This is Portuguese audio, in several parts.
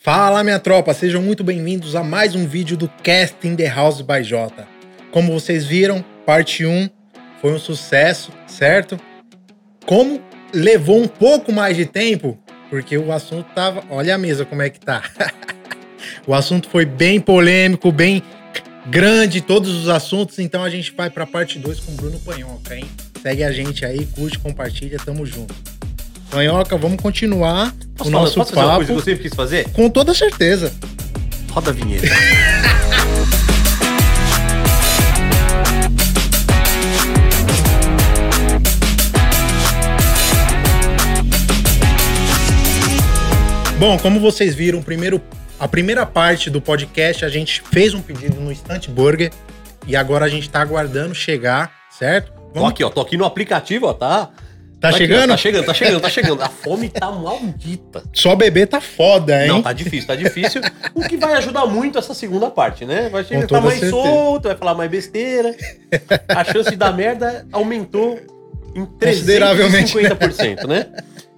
Fala minha tropa, sejam muito bem-vindos a mais um vídeo do Casting the House by Jota. Como vocês viram, parte 1 foi um sucesso, certo? Como levou um pouco mais de tempo, porque o assunto tava, olha a mesa como é que tá. o assunto foi bem polêmico, bem grande todos os assuntos, então a gente vai pra parte 2 com o Bruno Panhoca, hein? Segue a gente aí, curte, compartilha, tamo junto. Panhoca, vamos continuar o falar- nosso posso fazer uma papo. coisa que eu sempre quis fazer? Com toda certeza. Roda a vinheta. Bom, como vocês viram, primeiro, a primeira parte do podcast a gente fez um pedido no Instant Burger e agora a gente tá aguardando chegar, certo? Tô Vamos, aqui, ó. Tô aqui no aplicativo, ó. Tá, tá aqui, ó, chegando? tá chegando, tá chegando, tá chegando. A fome tá maldita. Só beber tá foda, hein? Não, tá difícil, tá difícil. O que vai ajudar muito essa segunda parte, né? Vai chegar, tá toda mais certeza. solto, vai falar mais besteira. A chance de dar merda aumentou em Consideravelmente, 350%, né?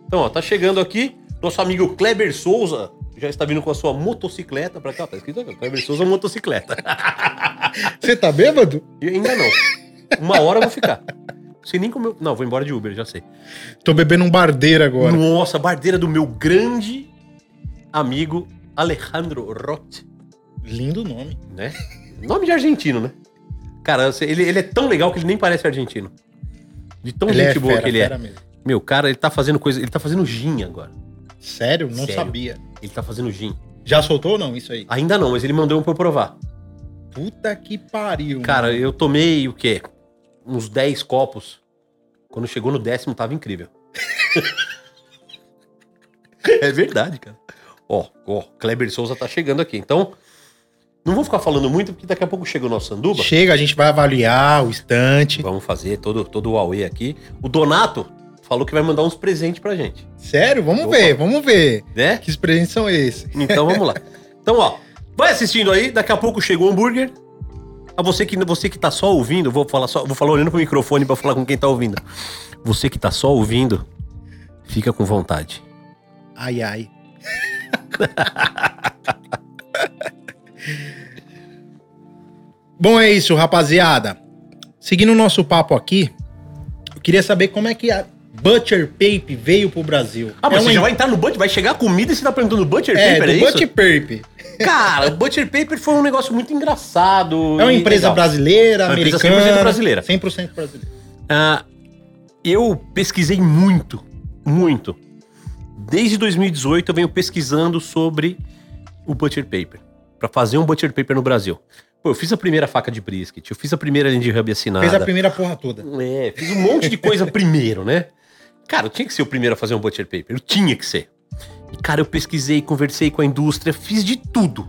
Então, ó, tá chegando aqui. Nosso amigo Kleber Souza já está vindo com a sua motocicleta pra cá. Tá escrito aqui, ó, Kleber Souza motocicleta. Você tá bêbado? E ainda não. Uma hora eu vou ficar. Sei nem como eu... Não, vou embora de Uber, já sei. Tô bebendo um bardeiro agora. Nossa, bardeira do meu grande amigo Alejandro Roth, Lindo nome. né? Nome de argentino, né? Cara, eu sei- ele, ele é tão legal que ele nem parece argentino. De tão gente boa que ele é. mesmo. Meu, cara, ele tá fazendo coisa. Ele tá fazendo gin agora. Sério? Não Sério. Ah. sabia. Ele tá fazendo gin. Já soltou ou não isso aí? Ainda não, mas ele mandou um pra eu provar. Puta que pariu. Cara, mano. eu tomei o quê? Uns 10 copos. Quando chegou no décimo, tava incrível. é verdade, cara. Ó, ó, Kleber Souza tá chegando aqui. Então, não vou ficar falando muito, porque daqui a pouco chega o nosso sanduba. Chega, a gente vai avaliar o estante. Vamos fazer todo, todo o Huawei aqui. O Donato falou que vai mandar uns presentes pra gente, Sério? Vamos Opa. ver, vamos ver. né? Que experiência são esses? Então, vamos lá. Então, ó, vai assistindo aí. Daqui a pouco chegou o hambúrguer. A você que, você que tá só ouvindo, eu vou falar só, vou falar olhando pro microfone pra falar com quem tá ouvindo. Você que tá só ouvindo, fica com vontade. Ai, ai. Bom, é isso, rapaziada. Seguindo o nosso papo aqui, eu queria saber como é que a Butcher Pape veio pro Brasil. Ah, mas é você uma já vai entrar no Butcher, vai chegar a comida e você tá perguntando o Butcher é, Paper, do é isso? Butcher Pape. Cara, o Butcher Paper foi um negócio muito engraçado. É uma e empresa legal. brasileira, É uma empresa americana. 100% brasileira. 100% brasileira. Ah, eu pesquisei muito, muito. Desde 2018 eu venho pesquisando sobre o Butcher Paper, Pra fazer um Butcher Paper no Brasil. Pô, eu fiz a primeira faca de brisket, eu fiz a primeira linha de hub assinada. Fez a primeira porra toda. É, fiz um monte de coisa primeiro, né? Cara, eu tinha que ser o primeiro a fazer um butcher paper. Eu tinha que ser. E, cara, eu pesquisei, conversei com a indústria, fiz de tudo.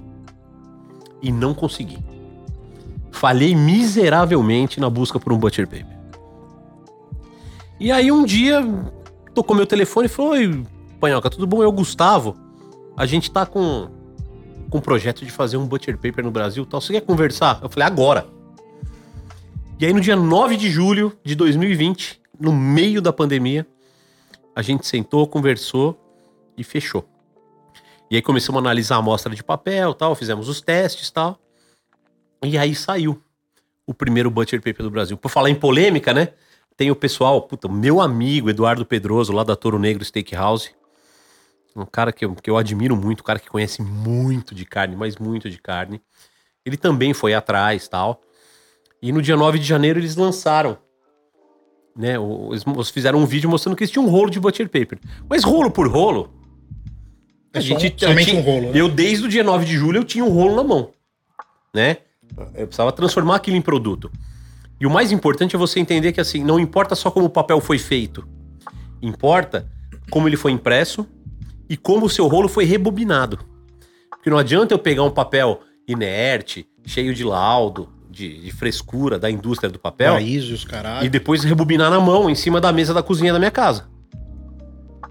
E não consegui. Falhei miseravelmente na busca por um butcher paper. E aí um dia tocou meu telefone e falou: Oi, Panhoca, tudo bom? Eu, Gustavo. A gente tá com, com um projeto de fazer um butcher paper no Brasil e tal. Você quer conversar? Eu falei, agora. E aí, no dia 9 de julho de 2020, no meio da pandemia, a gente sentou, conversou e fechou. E aí começamos a analisar a amostra de papel, tal, fizemos os testes, tal. E aí saiu o primeiro Butcher Paper do Brasil. Por falar em polêmica, né? Tem o pessoal, puta, meu amigo Eduardo Pedroso, lá da Toro Negro Steakhouse. Um cara que eu, que eu admiro muito, um cara que conhece muito de carne, mas muito de carne. Ele também foi atrás, tal. E no dia 9 de janeiro eles lançaram. Né, o- eles mo- fizeram um vídeo mostrando que eles tinham um rolo de butcher paper. Mas rolo por rolo. É só um- eu somente tinha- um rolo, né? Eu, desde o dia 9 de julho, eu tinha um rolo na mão. Né? Eu precisava transformar aquilo em produto. E o mais importante é você entender que assim, não importa só como o papel foi feito. Importa como ele foi impresso e como o seu rolo foi rebobinado. Porque não adianta eu pegar um papel inerte, cheio de laudo, de, de frescura da indústria do papel País e os caralho. e depois rebobinar na mão em cima da mesa da cozinha da minha casa.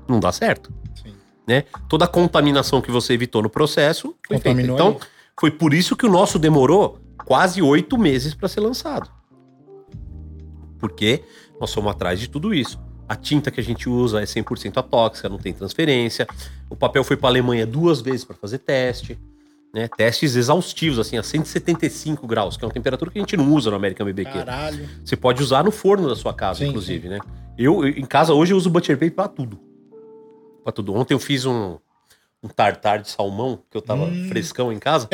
Não dá certo. Sim. Né? Toda a contaminação que você evitou no processo foi feita. Contaminou Então, foi por isso que o nosso demorou quase oito meses para ser lançado. Porque nós fomos atrás de tudo isso. A tinta que a gente usa é 100% atóxica, não tem transferência. O papel foi para a Alemanha duas vezes para fazer teste. Né? Testes exaustivos, assim, a 175 graus, que é uma temperatura que a gente não usa no American BBQ. Caralho. Você pode usar no forno da sua casa, Sim, inclusive, né? Eu, eu- em casa hoje, eu uso Butcher Paper pra tudo. Pra tudo. Ontem eu fiz um, um tartar de salmão, que eu tava Hum. frescão em casa.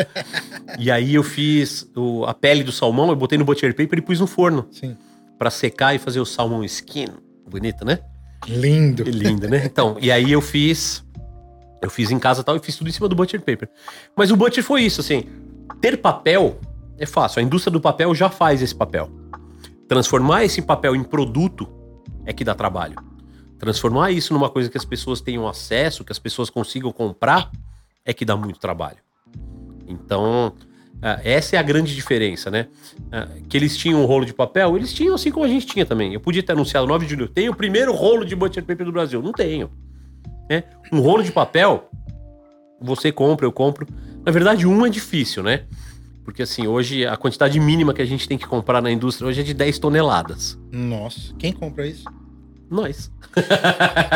e aí eu fiz o- a pele do salmão, eu botei no Butcher Paper e pus no forno Sim. pra secar e fazer o salmão skin. Bonito, né? Lindo. Que linda, né? Então, e aí eu fiz. Eu fiz em casa e tal, e fiz tudo em cima do Butcher Paper. Mas o Butcher foi isso, assim. Ter papel é fácil. A indústria do papel já faz esse papel. Transformar esse papel em produto é que dá trabalho. Transformar isso numa coisa que as pessoas tenham acesso, que as pessoas consigam comprar, é que dá muito trabalho. Então, ah, essa é a grande diferença, né? Ah, que eles tinham um rolo de papel, eles tinham assim como a gente tinha também. Eu podia ter anunciado 9 de julho, eu tenho o primeiro rolo de butcher paper do Brasil. Não tenho. Né? Um rolo de papel, você compra, eu compro. Na verdade, um é difícil, né? Porque assim, hoje a quantidade mínima que a gente tem que comprar na indústria hoje é de 10 toneladas. Nossa, quem compra isso? Nós.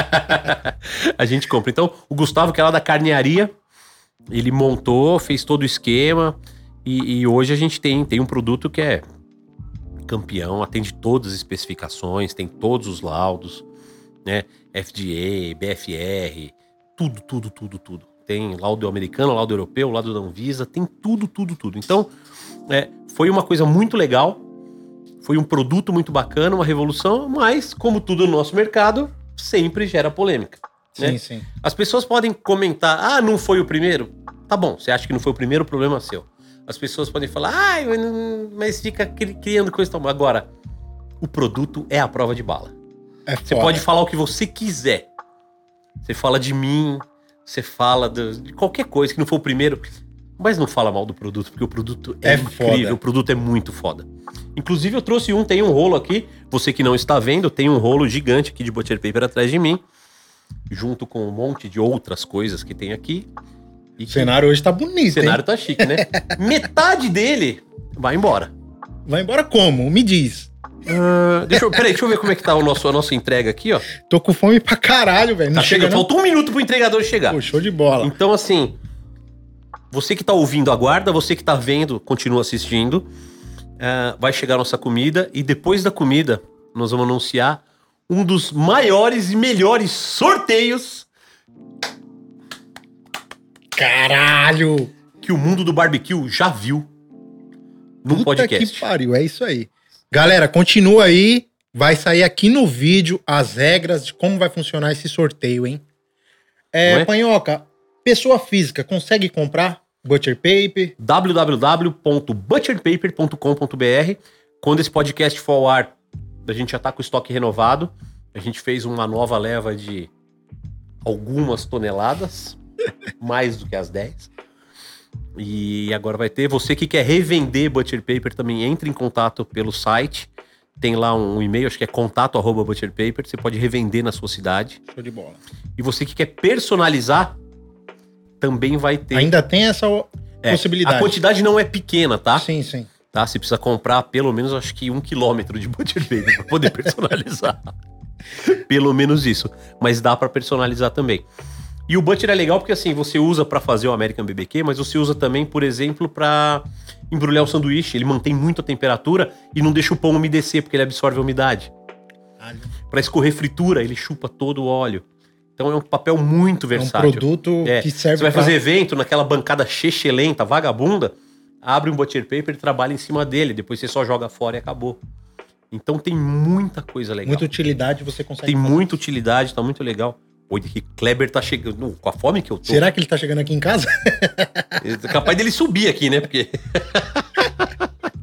a gente compra. Então, o Gustavo, que é lá da carnearia, ele montou, fez todo o esquema. E, e hoje a gente tem, tem um produto que é campeão, atende todas as especificações, tem todos os laudos, né? FDA, BFR, tudo, tudo, tudo, tudo. Tem laudo americano, laudo europeu, laudo da Anvisa, tem tudo, tudo, tudo. Então, é, foi uma coisa muito legal, foi um produto muito bacana, uma revolução, mas, como tudo no nosso mercado, sempre gera polêmica. Sim, Né? sim. As pessoas podem comentar, ah, não foi o primeiro. Tá bom, você acha que não foi o primeiro, o problema é seu. As pessoas podem falar, ah, mas não- mas fica cri- criando coisa tão... Agora, o produto é a prova de bala. É Você foda. pode falar o que você quiser. Você fala de mim, você fala do- de qualquer coisa que não for o primeiro, mas não fala mal do produto, porque o produto É é, incrível, foda. o produto é muito foda. Inclusive eu trouxe um, tem um rolo aqui, você que não está vendo, tem um rolo gigante aqui de butcher paper atrás de mim, junto com um monte de outras coisas que tem aqui. E O que- cenário hoje tá o bonito, cenário tá chique, né? Metade dele vai embora. hein? Vai embora como? Me diz. Ah, deixa eu, peraí, deixa eu ver como é que tá o nosso, a nossa entrega aqui, ó. Tô com fome pra caralho, velho. Não Tá chega chegando, não? faltou um minuto pro entregador chegar. Pô, show de bola. Então, assim, você que tá ouvindo, aguarda. Você que tá vendo, continua assistindo. Ah, vai chegar a nossa comida. E depois da comida, nós vamos anunciar um dos maiores e melhores sorteios Caralho. que o mundo do barbecue já viu num Puta podcast. que pariu, é isso aí. Galera, continua aí. Vai sair aqui no vídeo as regras de como vai funcionar esse sorteio, hein? É, Não é? Panhoca, pessoa física consegue comprar Butcher Paper? www.butcherpaper.com.br. Quando esse podcast for ao ar, a gente já tá com o estoque renovado. A gente fez uma nova leva de algumas toneladas, mais do que as 10. E agora vai ter. Você que quer revender Butcher Paper também entre em contato pelo site. Tem lá um e-mail, acho que é contato arroba Butcher Paper. Você pode revender na sua cidade. Show de bola. E você que quer personalizar, também vai ter. Ainda tem essa o- É, possibilidade. A quantidade não é pequena, tá? Sim, sim. tá? Você precisa comprar pelo menos, acho que um quilômetro de butcher paper para poder personalizar. pelo menos isso. Mas dá para personalizar também. E o butcher é legal porque assim, você usa para fazer o American BBQ, mas você usa também, por exemplo, para embrulhar o sanduíche. Ele mantém muito a temperatura e não deixa o pão umedecer, porque ele absorve a umidade. Caralho. Para escorrer fritura, ele chupa todo o óleo. Então é um papel muito É um versátil. produto É, que serve Você vai pra- fazer evento naquela bancada chechelenta, vagabunda, abre um butcher paper e trabalha em cima dele. Depois você só joga fora e acabou. Então tem muita coisa legal. muita utilidade, você consegue. tem fazer. muita utilidade, tá muito legal. Olha que Kleber tá chegando. Uh, Com a fome que eu tô. Será que ele tá chegando aqui em casa? É Capaz dele subir aqui, né? Porque.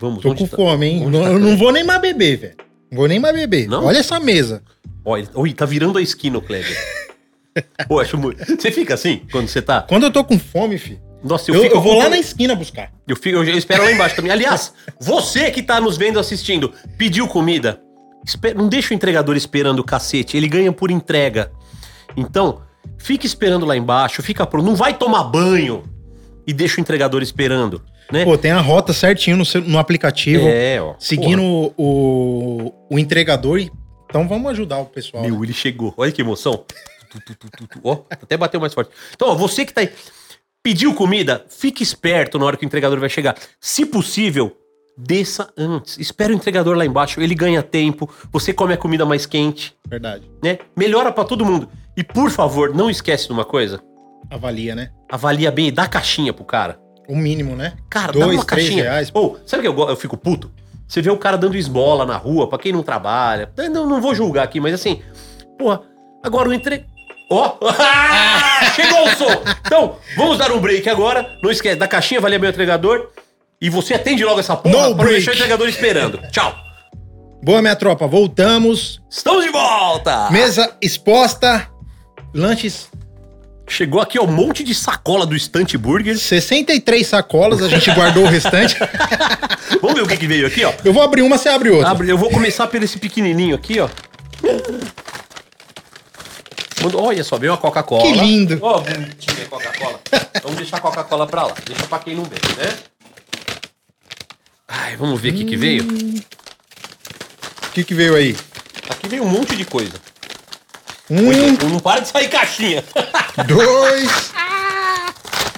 Vamos, Tô onde com tá? fome, hein? Onde Não- tá eu não vou nem mais beber, velho. Não vou nem mais beber. Não? Olha essa mesa. Olha, olha, tá virando a esquina o Kleber. Pô, acho muito. Você fica assim quando você tá. Quando eu tô com fome, filho, Nossa, eu, eu, fico. um eu vou lá na esquina buscar. Eu, fico- eu espero lá embaixo também. Aliás, você que tá nos vendo assistindo, pediu comida, espe- não deixa o entregador esperando o cacete, ele ganha por entrega. Então, fica esperando lá embaixo, fica pronto, não vai tomar banho e deixa o entregador esperando, né? Pô, tem a rota certinho no, seu- no aplicativo, é, ó. seguindo o, o entregador e Então vamos ajudar o pessoal. Meu, ele chegou. Olha que emoção. Tu, tu, tu, tu, tu. Ó, até bateu mais forte. Então, ó, você que tá aí, pediu comida, fique esperto na hora que o entregador vai chegar. Se possível, desça antes. Espera o entregador lá embaixo, ele ganha tempo, você come a comida mais quente, Verdade. né? Melhora pra todo mundo. E por favor, não esquece de uma coisa. Avalia, né? Avalia bem e dá caixinha pro cara. O mínimo, né? Cara, dá Dois, uma três caixinha. reais. Ou, sabe o que eu, go- eu fico puto? Você vê o cara dando esmola na rua, pra quem não trabalha. Eu Não, não vou julgar aqui, mas assim, porra, agora o entre. Ó! Chegou o som! Então, vamos dar um break agora. Não esquece, da caixinha valeu meu entregador. E você atende logo essa porra No pra não deixar o break. entregador esperando. Tchau! Boa, minha tropa. Voltamos. Estamos de volta! Mesa exposta. Lanches. Chegou aqui, ó, um monte de sacola do Stunt Burger. 63 sacolas. A gente guardou o restante. Vamos ver o que, que veio aqui, ó. Eu vou abrir uma, você abre outra. Abre, eu vou começar pelo esse pequenininho aqui, ó. Manda- Olha só, veio uma Coca-Cola. Que lindo. Ó, bonitinha a Coca-Cola. Vamos deixar a Coca-Cola pra lá. Deixa pra quem não vê, né? Ai, vamos ver o que que veio. O que, que veio aí? Aqui veio um monte de coisa. Um, Não para de sair caixinha. dois,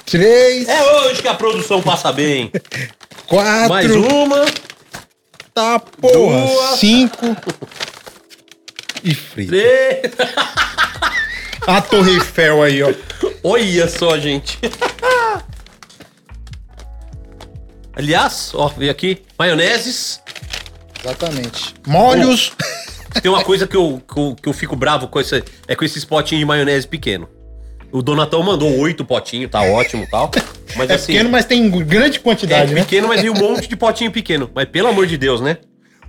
três, É hoje que a produção passa bem. Mais quatro, uma. tá porra, duas. cinco e frio. Três. A Torre Eiffel aí, ó. Olha só, gente. Aliás, ó, veio aqui maioneses. Exatamente. Molhos. Tem uma coisa que eu, que eu, que eu fico bravo com esse, é com esses potinhos de maionese pequeno. O Donatão mandou oito potinhos, tá ótimo e tal. Mas É assim, pequeno, mas tem grande é quantidade, né? pequeno, mas veio um monte de potinho pequeno. Mas pelo amor de Deus, né?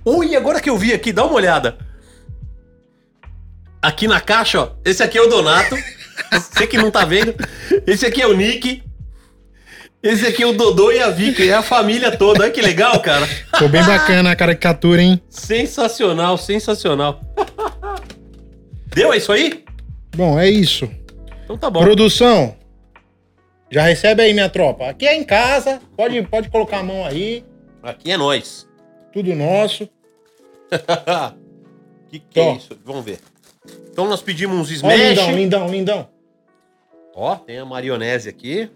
Ui, agora que eu vi aqui, dá uma olhada. Aqui na caixa, ó, esse aqui é o Donato. Você que não tá vendo. Esse aqui é o Nick. Esse aqui é o Dodô e a Vicky. É a família toda. Olha que legal, cara. Ficou bem bacana a caricatura, hein? Sensacional, sensacional. Deu, é isso aí? Bom, é isso. Então tá bom. Produção. Já recebe aí, minha tropa. Aqui é em casa. Pode, pode colocar a mão aí. Aqui é nós. Tudo nosso. que que é Então. isso? Vamos ver. Então nós pedimos uns Ó, smash. lindão, lindão, lindão. Ó, tem a marionese aqui.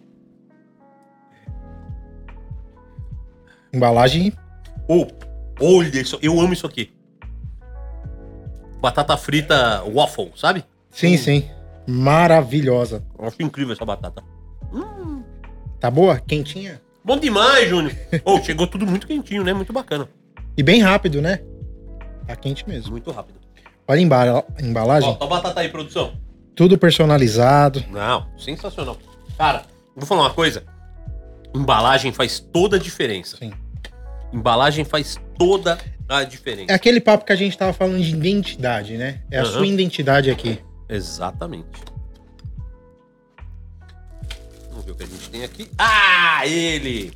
Embalagem. Oh, olha isso, eu amo isso aqui. Batata frita waffle, sabe? Sim, Hum. sim. Maravilhosa. Eu acho incrível essa batata. Tá boa? Quentinha? Bom demais, Júnior. oh, chegou tudo muito quentinho, né? Muito bacana. E bem rápido, né? Tá quente mesmo. Muito rápido. Olha a embala- a embalagem. Ó, tua batata aí, produção. Tudo personalizado. Não, sensacional. Cara, vou falar uma coisa. Embalagem faz toda a diferença. Sim. Embalagem faz toda a É diferença. aquele papo que a gente tava falando de identidade, né? É a Aham. sua identidade aqui. Exatamente. Vamos ver o que a gente tem aqui. Ah, ele!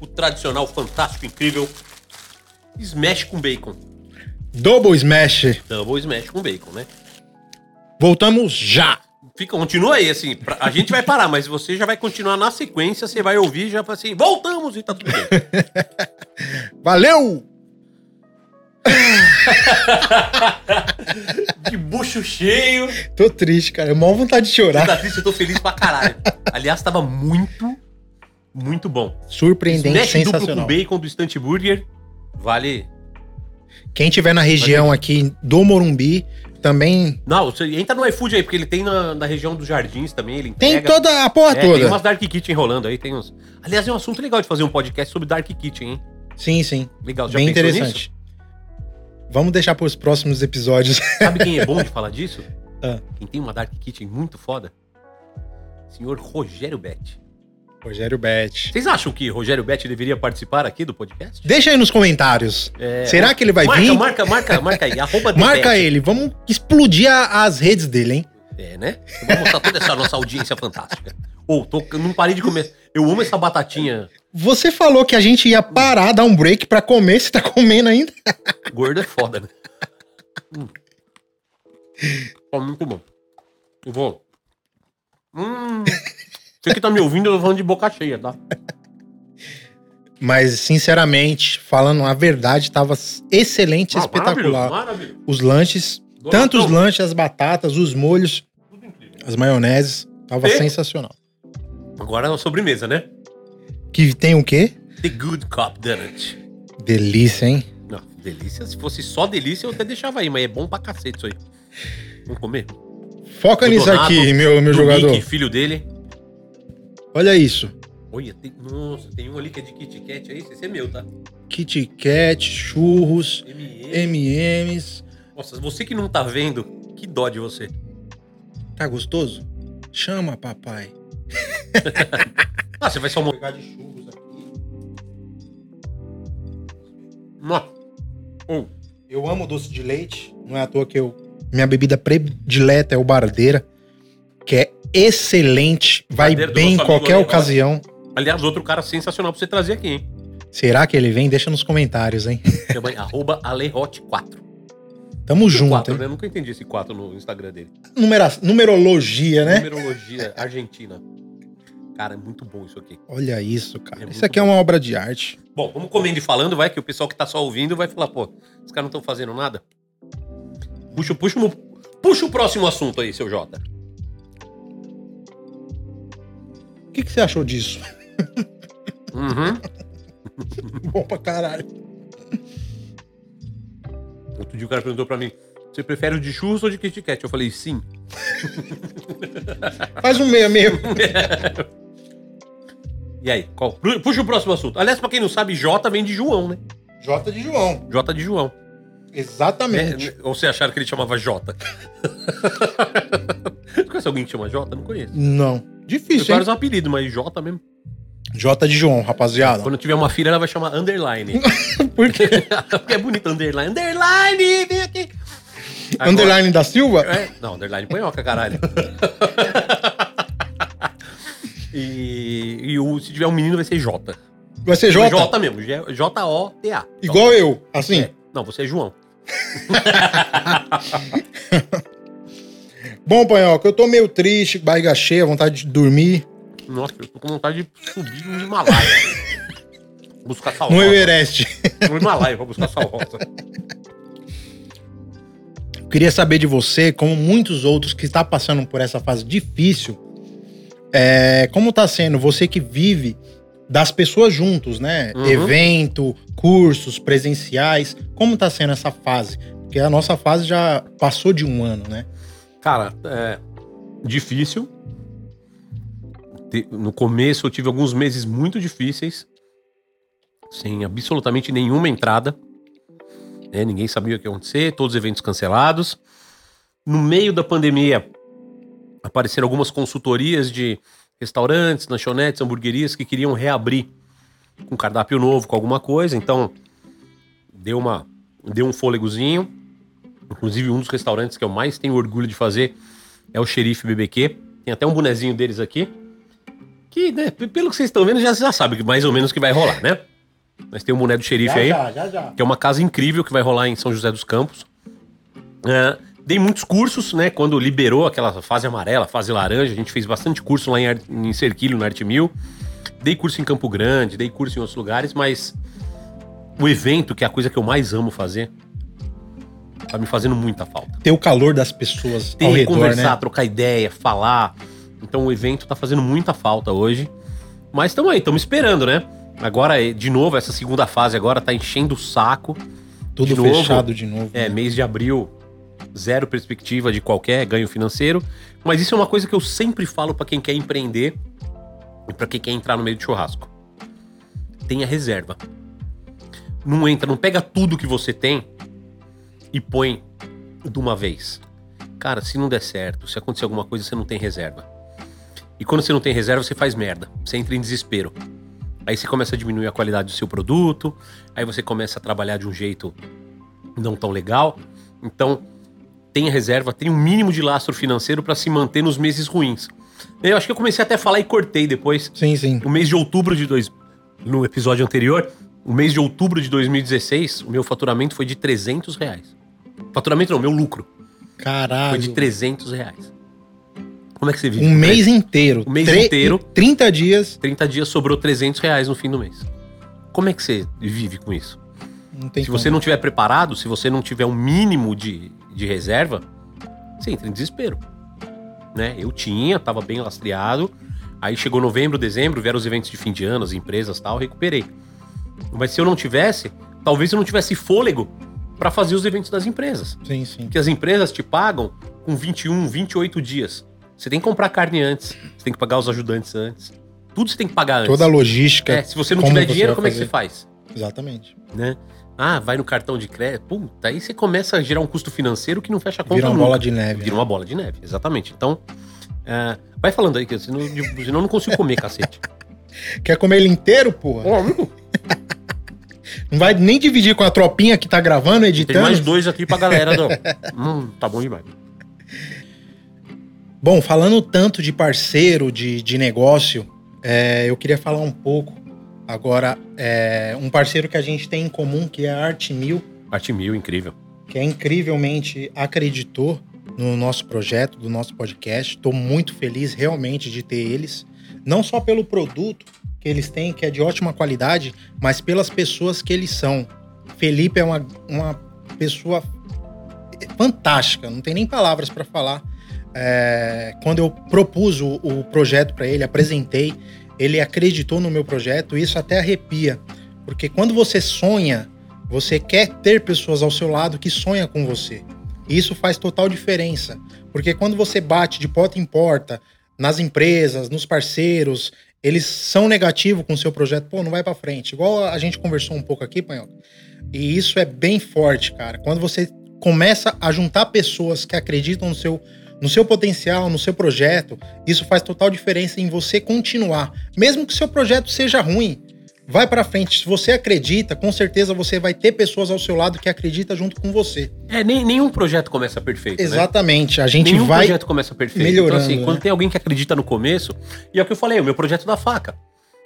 O tradicional, fantástico, incrível. Smash com bacon. Double Smash. Double smash com bacon, né? Voltamos já. Fica, continua aí, assim. pra- a gente vai parar, mas você já vai continuar na sequência. Você vai ouvir e já fala assim: voltamos e tá tudo bem. Valeu! De bucho cheio. Tô triste, cara. Eu mal vontade de Você chorar. tá triste, eu tô feliz pra caralho. Aliás, tava muito, muito bom. Surpreendente, Smash duplo com sensacional. bacon do Stunt Burger. Vale. Quem tiver na região aqui do Morumbi, também Não, você entra no iFood aí, porque ele tem na, na região dos jardins também, ele tem entrega. toda a porra É, Tem toda. umas Dark Kitchen rolando aí, tem uns... Aliás, é um assunto legal de fazer um podcast sobre Dark Kitchen, hein? Sim, sim. Legal, já Bem pensou interessante. Vamos deixar para os próximos episódios. nisso? Sabe quem é bom de falar disso? Ah. Quem tem uma Dark Kitchen muito foda? Senhor Rogério Bet. Rogério Bet. Vocês acham que Rogério Bet deveria participar aqui do podcast? Deixa aí nos comentários. É, Será que ele vai marca, vir? Marca, marca, marca aí. Arroba The Marca Bet. ele. Vamos explodir a- as redes dele, hein? É, né? Eu vou mostrar toda essa nossa audiência fantástica. Ou, tô, eu não parei de comer. Eu amo essa batatinha. Você falou que a gente ia parar, dar um break pra comer. Você tá comendo ainda? Gorda é foda, né? Hum. Ó, muito bom. Eu vou. Hum. Você que tá me ouvindo, eu tô falando de boca cheia, tá? Mas, sinceramente, falando a verdade, tava excelente, espetacular. Ah, Maravilhoso. Os lanches, maravilhoso. tanto os Donatão, lanches, as batatas, os molhos, tudo incrível. as maioneses, tava E? sensacional. Agora a sobremesa, né? Que tem o quê? The Good Cop Donut. Delícia, hein? Não, delícia. Se fosse só delícia, eu até deixava aí, mas é bom pra cacete isso aí. Vamos comer? Foca Do nisso Donato, aqui, meu, meu Do jogador. Mickey, filho dele. Olha isso. Olha, tem, nossa, tem um ali que é de Kit Kat aí. Esse é meu, tá? Kit Kat, churros, M&M. M&M's. Nossa, você que não tá vendo, que dó de você. Tá gostoso? Chama, papai. Ah, você vai só pegar de churros aqui. Nossa. Hum. Eu amo doce de leite. Não é à toa que eu. Minha bebida predileta é o Bardeira, que é excelente, vai Bardeira do bem em nosso amigo qualquer ali, ocasião. Aliás, outro cara sensacional pra você trazer aqui, hein? Será que ele vem? Deixa nos comentários, hein? Chama aí, arroba Alerote4. Tamo junto, Quatro, hein? né? Eu nunca entendi esse 4 no Instagram dele. Numera- numerologia, né? Numerologia argentina. Cara, é muito bom isso aqui. Olha isso, cara. É isso muito aqui é uma obra de arte. Bom, vamos comendo e falando, vai, que o pessoal que tá só ouvindo vai falar, pô, os caras não estão fazendo nada. Puxa, puxa, o- puxa o próximo assunto aí, seu Jota. O que, que você achou disso? Uhum. É Bom pra caralho. Outro dia o cara perguntou pra mim, você prefere o de churros ou de Kit Kat? Eu falei, sim. Faz um meio a meio. E aí, qual? Pu- Puxa o próximo assunto. Aliás, pra quem não sabe, Jota vem de João, né? J de João. Jota de João. Exatamente. É, ou você acharam que ele chamava Jota? Conhece alguém que chama Jota? Não conheço. Não. Tem Difícil, hein? vários apelidos, mas Jota mesmo. J de João, rapaziada. Quando tiver uma filha, ela vai chamar Underline. Por quê? Porque é bonito, Underline. Underline, vem aqui. Agora- Underline da Silva? É, não, Underline Panhoca, caralho. e e o, se tiver um menino, vai ser Jota. Vai ser J? Jota mesmo. É. J- J-O-T-A. Igual eu, assim. É. Não, você é João. Bom, Panhoca, eu tô meio triste, barriga cheia, vontade de dormir. Nossa, eu tô com vontade de subir no Himalaia. buscar sal. No Everest. No Himalaia pra buscar sal rosa. Eu Queria saber de você, como muitos outros que está passando por essa fase difícil, é, como tá sendo você que vive das pessoas juntos, né? Uhum. Evento, cursos presenciais, como tá sendo essa fase? Porque a nossa fase já passou de um ano, né? Cara, é difícil. Te- No começo eu tive alguns meses muito difíceis, sem absolutamente nenhuma entrada. né? ninguém sabia o que ia acontecer, todos os eventos cancelados. No meio da pandemia, apareceram algumas consultorias de restaurantes, lanchonetes, hamburguerias que queriam reabrir com cardápio novo, com alguma coisa. Então, deu, uma, deu um fôlegozinho. Inclusive, um dos restaurantes que eu mais tenho orgulho de fazer é o Xerife BBQ. Tem até um bonezinho deles aqui. Que, né, p- pelo que vocês estão vendo, já, já sabe que mais ou menos o que vai rolar, né? Mas tem um boné do xerife aí já, já, já. que é uma casa incrível que vai rolar em São José dos Campos. É, dei muitos cursos, né? Quando liberou aquela fase amarela, fase laranja, a gente fez bastante curso lá em, Ar- em Cerquilho, na Arte Mil. Dei curso em Campo Grande, dei curso em outros lugares, mas o evento, que é a coisa que eu mais amo fazer, tá me fazendo muita falta. Ter o calor das pessoas Ter, ao redor, conversar, né? trocar ideia, falar. Então o evento tá fazendo muita falta hoje. Mas estamos aí, estamos esperando, né? Agora, eh, de novo, essa segunda fase agora tá enchendo o saco. Tudo de novo. fechado de novo. né? É, mês de abril, zero perspectiva de qualquer ganho financeiro. Mas isso é uma coisa que eu sempre falo pra quem quer empreender e pra quem quer entrar no meio de churrasco. Tenha reserva. Não entra, não pega tudo que você tem e põe de uma vez. Cara, se não der certo, se acontecer alguma coisa, você não tem reserva. E quando você não tem reserva, você faz merda. Você entra em desespero. Aí você começa a diminuir a qualidade do seu produto, aí você começa a trabalhar de um jeito não tão legal. Então, tenha reserva, tenha um mínimo de lastro financeiro para se manter nos meses ruins. Eu acho que eu comecei até a falar e cortei depois. Sim, sim. O mês de outubro de dois... No episódio anterior, o mês de outubro de 2016, o meu faturamento foi de 300 reais. Faturamento não, meu lucro foi Caralho. de 300 reais. Como é que você vive? Um com mês inteiro. Um mês Tre- inteiro. 30 dias. 30 dias sobrou 300 reais no fim do mês. Como é que você vive com isso? Não tem se você não tiver preparado, se você não tiver um mínimo de, de reserva, você entra em desespero. Né? Eu tinha, tava bem lastreado. Aí chegou novembro, dezembro, vieram os eventos de fim de ano, as empresas e tal, recuperei. Mas se eu não tivesse, talvez eu não tivesse fôlego para fazer os eventos das empresas. não... Sim, sim. Porque as empresas te pagam com 21, 28 dias. Você tem que comprar carne antes, você tem que pagar os ajudantes antes. Tudo você tem que pagar antes. Toda a logística. É, se você não Como tiver você dinheiro, vai como é que fazer? você faz? Exatamente. né? Ah, vai no cartão de crédito. Puta, aí você começa a gerar um custo financeiro que não fecha a conta Vira uma nunca. bola de neve. Vira né? uma bola de neve, exatamente. Então, ah, vai falando aí, que senão, senão eu não consigo comer, cacete. Quer comer ele inteiro, porra? Não vai nem dividir com a tropinha que tá gravando, Tem mais editando. dois aqui pra galera. Não. Hum, tá bom demais. Bom, falando tanto de parceiro, de, de negócio, é, eu queria falar um pouco agora. é, um parceiro que a gente tem em comum, que é a Arte Mil, Parte mil, incrível. que é incrivelmente acreditou no nosso projeto, do nosso podcast. Estou muito feliz realmente de ter eles, não só pelo produto que eles têm, que é de ótima qualidade, mas pelas pessoas que eles são. Felipe é uma, uma pessoa fantástica, não tem nem palavras para falar. É, quando eu propus o, o projeto para ele, apresentei, ele acreditou no meu projeto, e isso até arrepia, porque quando você sonha você quer ter pessoas ao seu lado que sonham com você. E isso faz total diferença. Porque quando você bate de porta em porta, nas empresas, nos parceiros, eles são negativos com o seu projeto, pô, não vai pra frente. Igual a gente conversou um pouco aqui, Panhoca. E isso é bem forte, cara. Quando você começa a juntar pessoas que acreditam no seu, no seu potencial, no seu projeto, isso faz total diferença em você continuar. Mesmo que seu projeto seja ruim, vai pra frente. Se você acredita, com certeza você vai ter pessoas ao seu lado que acreditam junto com você. É, nem, nenhum projeto começa perfeito, né? Exatamente. A gente Nenhum vai. projeto começa perfeito. melhorando, então, assim, né? quando tem alguém que acredita no começo, e é o que eu falei, o meu projeto da faca.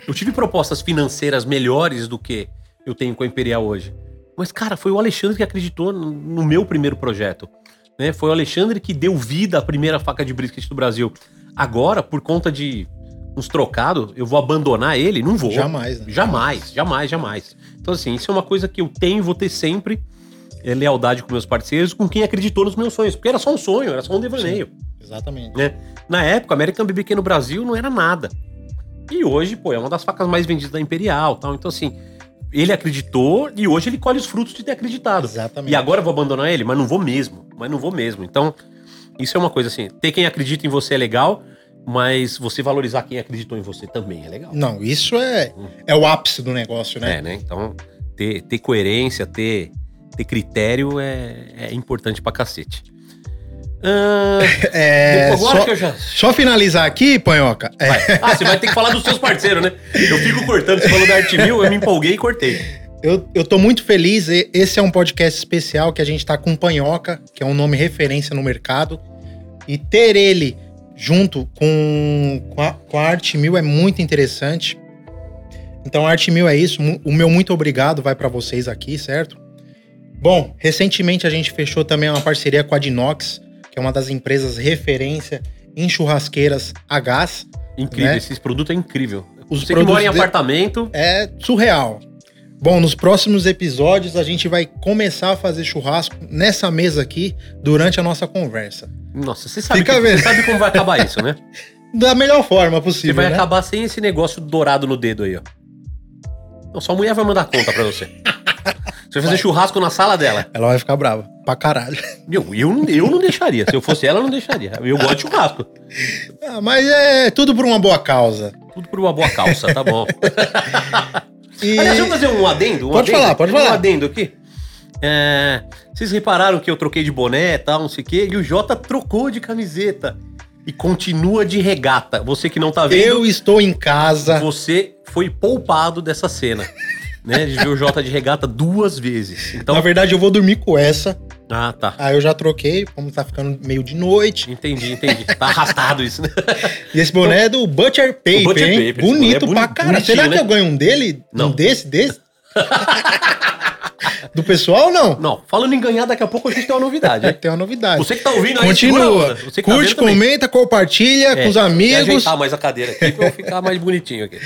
Eu tive propostas financeiras melhores do que eu tenho com a Imperial hoje. Mas, cara, foi o Alexandre que acreditou no- no meu primeiro projeto. Né? Foi o Alexandre que deu vida à primeira faca de brisket do Brasil. Agora, por conta de uns trocados, eu vou abandonar ele? Não vou. Jamais, né? Jamais, jamais, jamais. Então, assim, isso é uma coisa que eu tenho e vou ter sempre é, lealdade com meus parceiros, com quem acreditou nos meus sonhos. Porque era só um sonho, era só um devaneio. Exatamente. Né? Na época, American BBQ no Brasil não era nada. E hoje, pô, é uma das facas mais vendidas da Imperial tal. Então, assim, ele acreditou e hoje ele colhe os frutos de ter acreditado. Exatamente. E agora eu vou abandonar ele? Mas não vou mesmo. Mas não vou mesmo. Então, isso é uma coisa assim. Ter quem acredita em você é legal, mas você valorizar quem acreditou em você também é legal. Não, isso é, é o ápice do negócio, né? É, né? Então, ter, ter coerência, ter, ter critério é, é importante pra cacete. Ah, É, agora só- que eu já. Só finalizar aqui, Panhoca. É, Ah, você vai ter que falar dos seus parceiros, né? Eu fico cortando, você falou da Arte Mil, eu me empolguei e cortei. eu, eu tô muito feliz. e- Esse é um podcast especial que a gente tá com o Panhoca, que é um nome referência no mercado. E ter ele junto com, com, a, com a Arte Mil é muito interessante. Então, a Arte Mil é isso. Mu- O meu muito obrigado vai pra vocês aqui, certo? Bom, recentemente a gente fechou também uma parceria com a Dinox, que é uma das empresas referência em churrasqueiras a gás. Incrível, Né? esses produtos é incrível. Os você que mora em produtos de- apartamento, é surreal. Bom, nos próximos episódios a gente vai começar a fazer churrasco nessa mesa aqui durante a nossa conversa. nossa, você sabe, Fica que- vendo. você sabe como vai acabar isso, né? Da melhor forma Você possível, vai né? acabar sem esse negócio dourado no dedo aí, ó. Não, sua mulher vai mandar conta pra você. Você vai fazer churrasco na sala dela. Ela vai ficar brava, pra caralho. Meu, eu, não- eu não deixaria. Se eu fosse ela, eu não deixaria. Eu gosto de churrasco. Ah, mas é tudo por uma boa causa. Tudo por uma boa calça, tá bom. E Aliás, deixa eu fazer um adendo. um Pode adendo. falar, pode Um falar. adendo aqui. É, vocês repararam que eu troquei de boné e tal, não sei o quê, e o Jota trocou de camiseta e continua de regata. Você que não tá vendo, eu estou em casa. você foi poupado dessa cena, né? De ver o Jota de regata duas vezes. Na Então, verdade, eu vou dormir com essa. ah, tá. Ah, eu já troquei, como tá ficando meio de noite. Entendi, entendi. Tá arrastado isso, né? E esse boné é do Butcher Paper, Butcher hein? Paper, esse boné é bonito boni- pra caralho. bonitinho, Será que né? eu ganho um dele? Não. Um desse, desse? do pessoal, ou não? Não, falando em ganhar, daqui a pouco a gente tem uma novidade, É, hein? tem uma novidade. Você que tá ouvindo aí, segura a Continua. onda. Você que tá Curte, vendo também. comenta, compartilha É, com os tem que amigos. ajeitar mais a cadeira aqui pra eu ficar mais bonitinho aqui.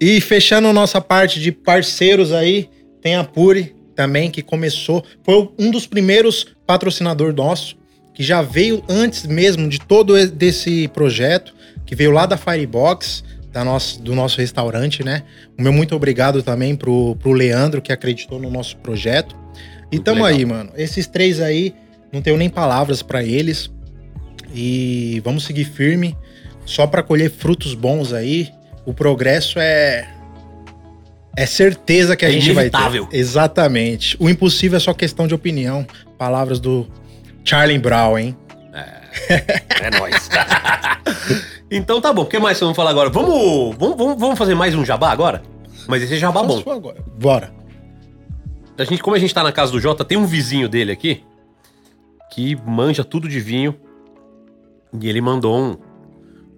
E fechando nossa parte de parceiros aí, tem a Puri também, que começou, foi um dos primeiros patrocinador nosso, que já veio antes mesmo de todo e- desse projeto, que veio lá da Firebox, da nosso, do nosso restaurante, né? O meu muito obrigado também pro, pro Leandro, que acreditou no nosso projeto. E Muito tamo legal. aí, mano. Esses três aí, não tenho nem palavras pra eles. E vamos seguir firme, só pra colher frutos bons aí. O progresso é é certeza que a É gente inevitável. vai ter. Exatamente. O impossível é só questão de opinião. Palavras do Charlie Brown, hein? É nóis. então tá bom. O que mais que vamos falar agora? Vamos, vamos, vamos, vamos fazer mais um jabá agora? Mas esse jabá é bom. Faço agora. Bora. A gente, como a gente tá na casa do Jota, tem um vizinho dele aqui que manja tudo de vinho. E ele mandou um,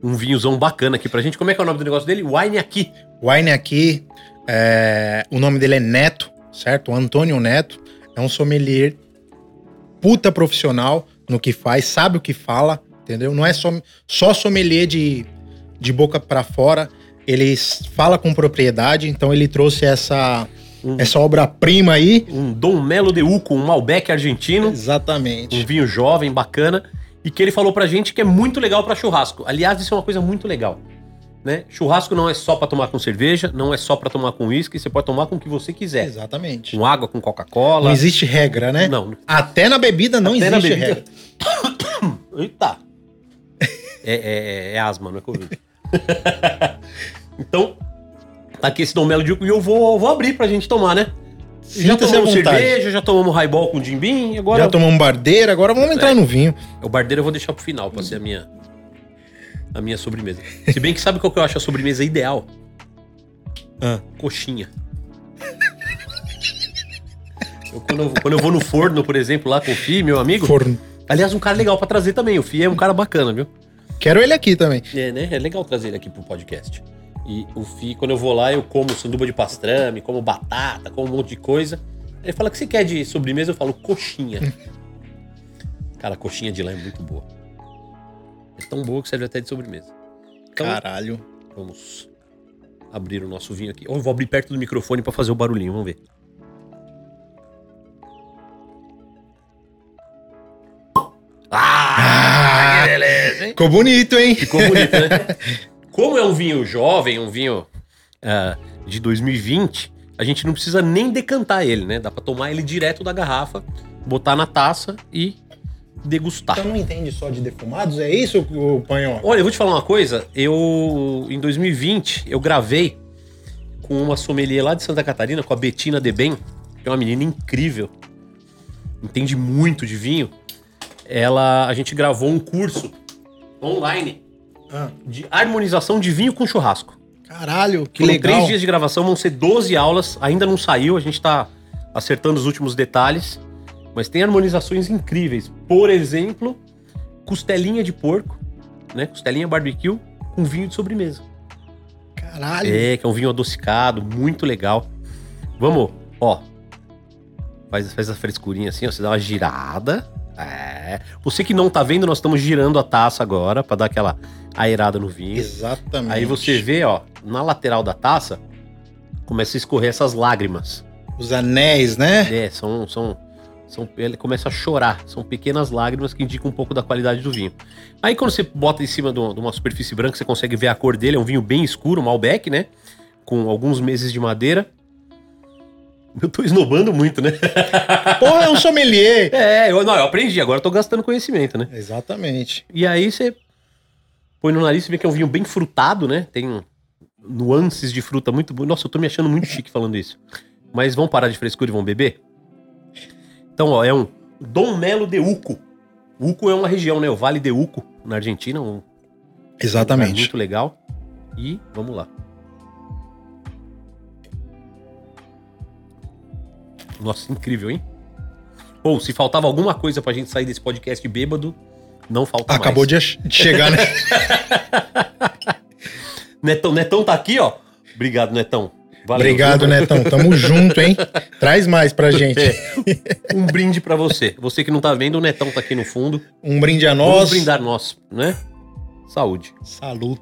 um vinhozão bacana aqui pra gente. Como é que é o nome do negócio dele? Wine aqui. Wine aqui, é, o nome dele é Neto, certo? O Antônio Neto é um sommelier puta profissional no que faz, sabe o que fala, entendeu? Não é só, só sommelier de, de boca pra fora, ele s- fala com propriedade, então ele trouxe essa, Hum. essa obra-prima aí. Um Dom Melo de Uco, um Malbec argentino. Um Exatamente. vinho jovem, bacana. E que ele falou pra gente que é muito legal pra churrasco. Aliás, isso é uma coisa muito legal. Né? Churrasco não é só pra tomar com cerveja, não é só pra tomar com uísque, você pode tomar com o que você quiser. Exatamente. Com água, com Não Coca-Cola. existe regra, né? Uhum. Não, Até na bebida não Até na existe bebida. regra. Eita! É, é- é asma, não é Covid. então, tá aqui esse Dom Melo de Uco e eu vou, vou abrir pra gente tomar, né? Já Sinta-se à tomamos vontade. cerveja, já tomamos highball com Jim Beam, agora É. Já tomamos bardeira, agora vamos entrar no vinho. o bardeiro eu vou deixar pro final pra ser a minha a minha sobremesa. Se bem que sabe qual que eu acho a sobremesa ideal? Ah. Coxinha. Eu, quando, eu, quando eu vou no forno, por exemplo, lá com o Fi, meu amigo. Forno. Aliás, um cara legal pra trazer também. O Fi é um cara bacana, viu? Quero ele aqui também. É, né? É legal trazer ele aqui pro podcast. E o Fi, quando eu vou lá, eu como sanduba de pastrame, como batata, como um monte de coisa. Ele fala "O que você quer de sobremesa, eu falo coxinha. Cara, a coxinha de lá é muito boa. É tão boa que serve até de sobremesa. Então, Caralho. vamos abrir o nosso vinho aqui. Ou eu vou abrir perto do microfone pra fazer o barulhinho, vamos ver. Ah, que beleza, hein? Ficou bonito, hein? Ficou bonito, né? Como é um vinho jovem, um vinho ah, de 2020, a gente não precisa nem decantar ele, né? Dá pra tomar ele direto da garrafa, botar na taça e degustar. Você Então não entende só de defumados? É isso, o Panhão? Olha, eu vou te falar uma coisa. Eu, em 2020, eu gravei com uma sommelier lá de Santa Catarina, com a Betina Deben, que é uma menina incrível. Entende muito de vinho. Ela, a gente gravou um curso online Ah, de harmonização de vinho com churrasco. caralho, que Foram legal. Três dias de gravação, vão ser 12 aulas. Ainda não saiu, a gente tá acertando os últimos detalhes. Mas tem harmonizações incríveis. Por exemplo, costelinha de porco, né? Costelinha barbecue com vinho de sobremesa. Caralho. É, que é um vinho adocicado, muito legal. Vamos, ó. Faz, faz a frescurinha assim, ó. Você dá uma girada. É. Você que não tá vendo, nós estamos girando a taça agora pra dar aquela aerada no vinho. Exatamente. Aí você vê, ó, na lateral da taça, começa a escorrer essas lágrimas. Os anéis, né? É, são, são, são. Ele começa a chorar. São pequenas lágrimas que indicam um pouco da qualidade do vinho. Aí quando você bota em cima de uma, de uma superfície branca, você consegue ver a cor dele. É um vinho bem escuro, Malbec, né? Com alguns meses de madeira. Eu tô esnobando muito, né? Porra, é um sommelier. É, eu, não, eu aprendi, agora eu tô gastando conhecimento, né? Exatamente. E aí você põe no nariz e vê que é um vinho bem frutado, né? Tem nuances de fruta muito boa. Nossa, eu tô me achando muito chique falando isso. Mas vão parar de frescura e vão beber? Então, ó, é um Dom Melo de Uco. Uco é uma região, né? O Vale de Uco, na Argentina. Um lugar Exatamente. muito legal. E vamos lá. Nossa, incrível, hein? Ou se faltava alguma coisa pra gente sair desse podcast bêbado, não falta mais. Acabou de ach- de chegar, né? Netão, Netão tá aqui, ó. Obrigado, Netão. Valeu. Obrigado, Netão. Tamo junto, hein? Traz mais pra gente. É. Um brinde pra você. Você que não tá vendo, o Netão tá aqui no fundo. Um brinde a Vamos nós. brindar nós, né? Saúde. Salut.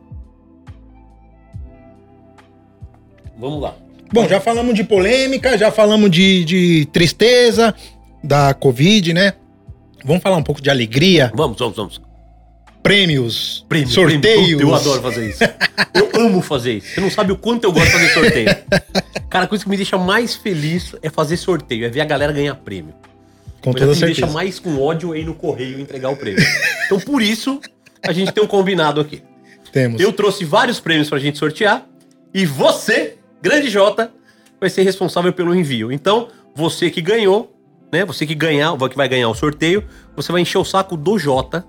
Vamos lá. Bom, já falamos de polêmica, já falamos de, de tristeza da Covid, né? Vamos falar um pouco de alegria, Vamos, vamos, vamos. prêmios, Prêmio, prêmio. sorteios. Puta, Eu adoro fazer isso. Eu amo fazer isso. Você não sabe o quanto eu gosto de fazer sorteio. Cara, a coisa que me deixa mais feliz é fazer sorteio, é ver a galera ganhar prêmio. Com Mas toda o que me deixa certeza. mais com ódio é ir no correio entregar o prêmio. Então, por isso, a gente tem um combinado aqui. Temos. Eu trouxe vários prêmios pra gente sortear e você, grande Jota, vai ser responsável pelo envio. Então, você que ganhou, né? Você que ganhar, que vai ganhar o sorteio, você vai encher o saco do Jota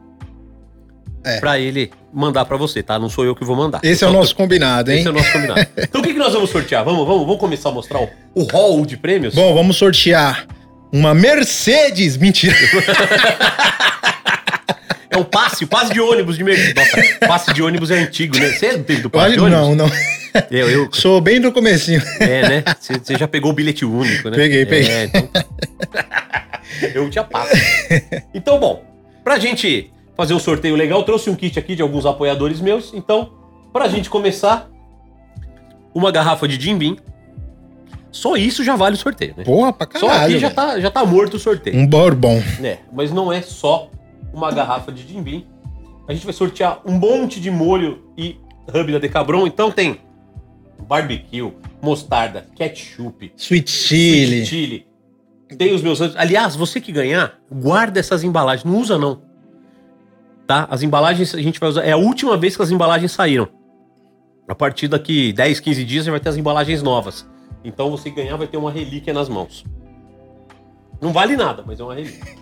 É. pra ele mandar pra você, tá? Não sou eu que vou mandar. Esse é o Então, nosso combinado, hein? esse é o nosso combinado. Então o que, que nós vamos sortear? Vamos, vamos, vamos começar a mostrar o, o hall de prêmios? Bom, vamos sortear uma Mercedes. Mentira. É um passe, o passe de ônibus de Mercedes. Nossa, passe de ônibus é antigo, né? Você teve do Eu passe acho- de ônibus? não, não. Eu, eu, Sou bem do comecinho. É, né? Você você já pegou o bilhete único, né? Peguei, peguei. É, então... Eu te apasso. Então, bom, pra gente fazer um sorteio legal, eu trouxe um kit aqui de alguns apoiadores meus. Então, pra gente começar, uma garrafa de Jim Beam. Só isso já vale o sorteio, né? Porra, pra Só caralho. aqui já velho. tá, já tá morto o sorteio. Um bourbon. É, mas não é só uma garrafa de Jim Beam. A gente vai sortear um monte de molho e hub da Decabron. Então tem barbecue, mostarda, ketchup, Sweet chili. chile. Tem os meus anjos. Aliás, você que ganhar, guarda essas embalagens. Não usa, não. Tá? As embalagens a gente vai usar. É a última vez que as embalagens saíram. A partir daqui 10, 15 dias, você vai ter as embalagens novas. Então você que ganhar vai ter uma relíquia nas mãos. Não vale nada, mas é uma relíquia.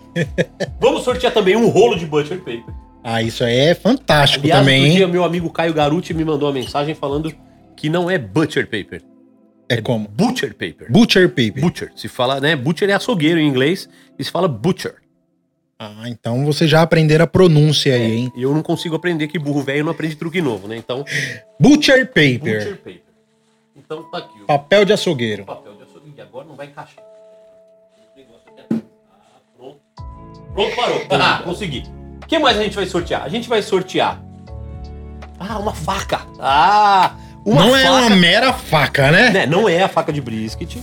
Vamos sortear também um rolo de butcher paper. Ah, isso aí é fantástico Aliás, também, outro hein? dia, meu amigo Caio Garuti me mandou uma mensagem falando que não é butcher paper, É como? butcher paper. Butcher Paper. Butcher. Se fala, né? Butcher é açougueiro em inglês e se fala butcher. Ah, então você já aprenderam a pronúncia aí, hein? E eu não consigo aprender que burro velho não aprende truque novo, né? Então, Butcher Paper. butcher paper. Então tá aqui o Papel de açougueiro. papel de açougue. E agora não vai encaixar. Esse negócio aqui é- Ah, pronto. Pronto, parou. Ah, consegui. O que mais a gente vai sortear? A gente vai sortear. Ah, uma faca. Ah, uma Não faca. é uma mera faca, né? Né, Não é a faca de brisket.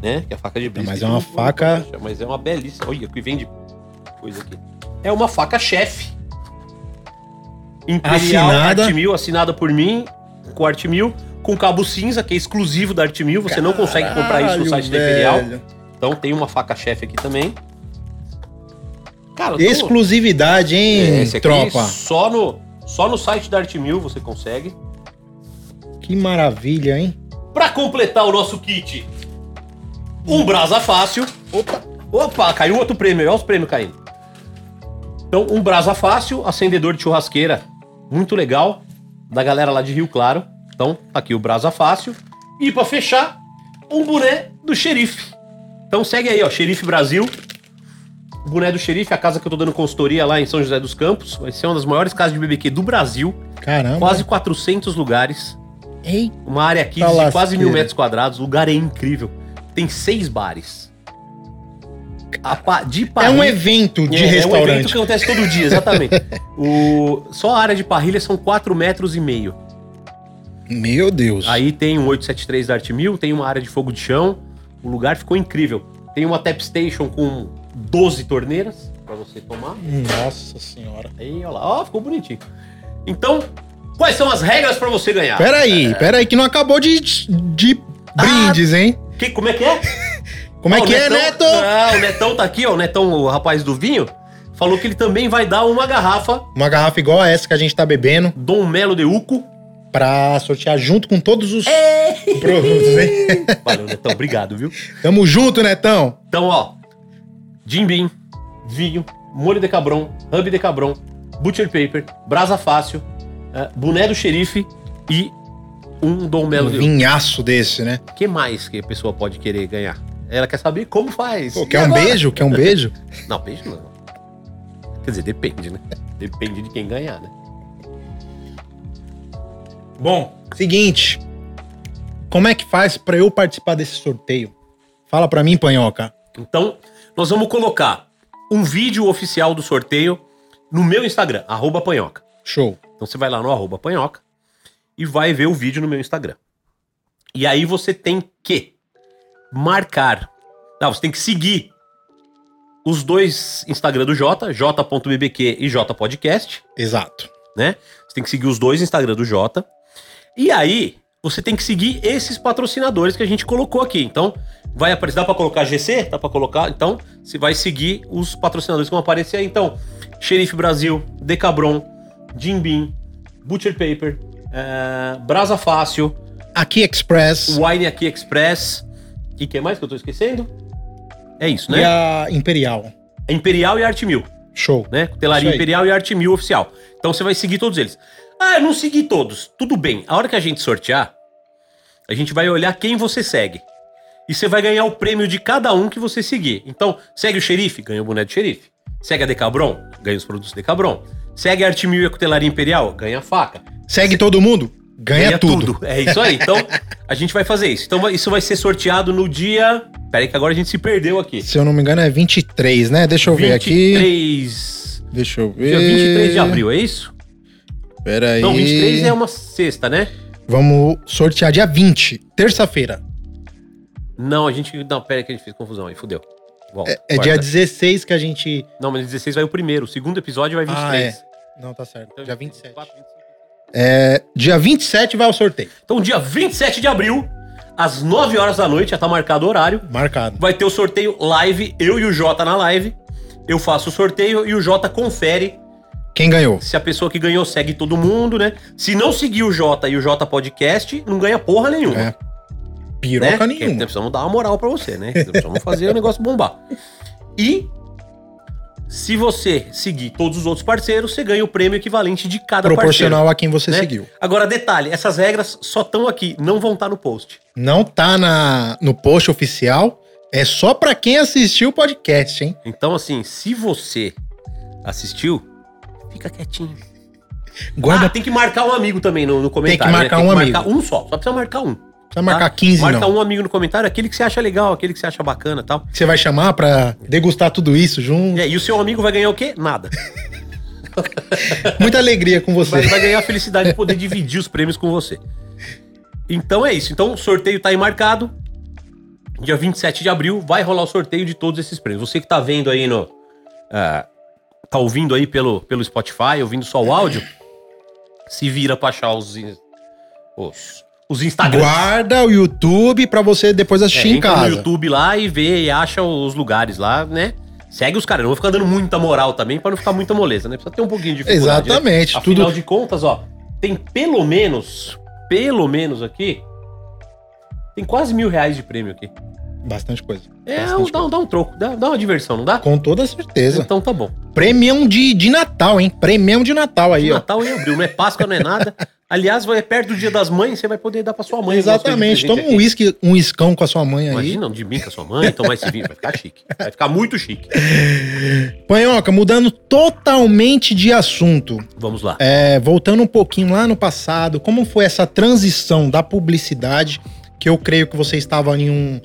Né? Que a faca de brisket. mas é uma não- faca- não- Mas é uma belíssima. Olha, que vem de coisa aqui. É uma faca chefe. Imperial Assinada. Artmil, assinada por mim, com Artmil, com cabo cinza, que é exclusivo da Artmil. Você não consegue comprar isso no site da Imperial. Caralho, velho. Então tem uma faca chefe aqui também. Cara, eu tô- Exclusividade, é, hein, esse aqui tropa? Só no, só no site da Artmil você consegue. Que maravilha, hein? Pra completar o nosso kit, um brasa fácil. Opa, opa, caiu outro prêmio. Olha os prêmios caindo. Então, um brasa fácil, acendedor de churrasqueira, muito legal, da galera lá de Rio Claro. Então, tá aqui o brasa fácil. E pra fechar, um boné do xerife. Então segue aí, ó, Xerife Brasil. Boné do xerife, a casa que eu tô dando consultoria lá em São José dos Campos. Vai ser uma das maiores casas de BBQ do Brasil. Caramba. Quase 400 lugares. Ei, Uma área aqui Tá de quase mil lasqueira. metros quadrados. O lugar é incrível. Tem seis bares. A pa- de é um parrilha- evento de é, É um evento restaurante. que acontece todo dia, exatamente. o, só a área de parrilha são 4 metros e meio. Meu Deus. Aí tem um 873 da Arte Mil, tem uma área de fogo de chão. O lugar ficou incrível. Tem uma tap station com 12 torneiras pra você tomar. Nossa senhora. Aí, olha lá, ó, ficou bonitinho. Então, quais são as regras pra você ganhar? é. Peraí, peraí, que não acabou de, de Ah. brindes, hein? Que, como é que é? Como é Ó, que o é, Neto? Ah, o Netão tá aqui, ó. O Netão, o rapaz do vinho, falou que ele também vai dar uma garrafa Uma garrafa igual a essa que a gente tá bebendo Dom Melo de Uco. pra sortear junto com todos os produtos, hein? Valeu, Netão. Obrigado, viu? Tamo junto, Netão. Então, ó. Jim Beam, vinho, molho de cabron, hub de cabron, butcher paper, brasa fácil, eh, boné do xerife e um Dom Melo Um de Uco. vinhaço desse, né? O que mais que a pessoa pode querer ganhar? Ela quer saber como faz. Pô, E quer um agora? beijo? Quer um beijo? Não, peixe não. Quer dizer, depende, né? Depende de quem ganhar, né? Bom, seguinte. Como é que faz pra eu participar desse sorteio? Fala pra mim, Panhoca. Então, nós vamos colocar um vídeo oficial do sorteio no meu Instagram, arroba panhoca. Show. Então você vai lá no arroba panhoca e vai ver o vídeo no meu Instagram. E aí você tem que marcar. Não, você tem que seguir os dois Instagram do Jota, j.bbq e jpodcast, Exato. né? Você tem que seguir os dois Instagram do Jota. E aí, você tem que seguir esses patrocinadores que a gente colocou aqui. Então, vai aparecer, dá pra colocar GC? Dá pra colocar? Então, você vai seguir os patrocinadores que vão aparecer aí. Então, Xerife Brasil, Decabron, Jim Beam, Butcher Paper, eh, Brasa Fácil, Aqui Express Wine Aqui Express. E que mais que eu tô esquecendo? É isso, e né? a Imperial. Show. Imperial e Arte Mil, né? Isso Telaria aí. Imperial e Arte Mil oficial. Então você vai seguir todos eles. Ah, eu não segui todos. Tudo bem. A hora que a gente sortear, a gente vai olhar quem você segue. E você vai ganhar o prêmio de cada um que você seguir. Então, segue o xerife, ganha o boné do xerife. Segue a Decabron, ganha os produtos Decabron. Segue a Arte Mil e a Cutelaria Imperial, ganha a faca. Segue todo mundo? Ganha, tudo. É isso aí. Então, a gente vai fazer isso. Então, vai- isso vai ser sorteado no dia. Peraí, que agora a gente se perdeu aqui. Se eu não me engano é 23, né? Deixa eu ver aqui. 23. Deixa eu ver. Dia 23 de abril, é isso? Pera aí. Não, 23 é uma sexta, né? Vamos sortear dia 20, terça-feira. Não, a gente. Não, pera aí que a gente fez confusão aí, fudeu. Volta, É guarda. dia 16 que a gente. Não, mas 16 vai o primeiro. O segundo episódio vai 23. Ah, é. Não, tá certo. Então, Dia 27. 24, 25. É, Dia 27 vai o sorteio. Então, dia 27 de abril, às 9 horas da noite, já tá marcado o horário. Marcado. Vai ter o sorteio live, eu e o Jota na live. Eu faço o sorteio e o Jota confere Quem ganhou? se a pessoa que ganhou segue todo mundo, né? Se não seguir o Jota e o Jota Podcast, não ganha porra nenhuma. É. Piroca né? Porque nenhuma. Precisamos dar uma moral pra você, né? Precisamos fazer o negócio bombar. E se você seguir todos os outros parceiros, você ganha o prêmio equivalente de cada parceiro. Proporcional a quem você né? seguiu. Agora, detalhe, essas regras só estão aqui, não vão estar no post. Não tá na, no post oficial. É só pra quem assistiu o podcast, hein? Então, assim, se você assistiu, fica quietinho. Ah, Guarda tem que marcar um amigo também no, no comentário. que marcar né? um Marcar um só, só precisa marcar um. pra marcar 15, Marca não. um amigo no comentário, aquele que você acha legal, aquele que você acha bacana e tal. Que Você vai chamar pra degustar tudo isso junto. E, aí, e o seu amigo vai ganhar o quê? Nada. Muita alegria com É. Vai, você. vai ganhar a felicidade de poder dividir os prêmios com você. Então é isso. Então o sorteio tá aí marcado. Dia 27 de abril vai rolar o sorteio de todos esses prêmios. Você que tá vendo aí no. ah, tá ouvindo aí pelo, pelo Spotify, ouvindo só o áudio, se vira pra achar os. in- Os, os Instagrams. Guarda o YouTube pra você depois assistir É, em entra no casa. YouTube lá e vê e acha os lugares lá, né? Segue os caras, não vou ficar dando muita moral também pra não ficar muita moleza, né? Precisa ter um pouquinho de dificuldade. né? Exatamente. Afinal Tudo de contas, ó, tem pelo menos, pelo menos aqui, tem quase mil reais de prêmio aqui. bastante coisa. É, Bastante dá, um- dá um troco, dá, dá uma diversão, não dá? Com toda certeza. Então tá bom. Premium de, de Natal, hein? Premium de Natal aí, ó. Natal em abril, não é Páscoa, não é nada. Aliás, vai é perto do dia das mães, você vai poder dar pra sua mãe. Exatamente. Toma um uísque, um iscão com a sua mãe aí. Imagina, um de mim com a sua mãe, então vai se vir, vai ficar chique. Vai ficar muito chique. Panhoca, mudando totalmente de assunto. Vamos lá. É, voltando um pouquinho lá no passado, como foi essa transição da publicidade, que eu creio que você estava em um,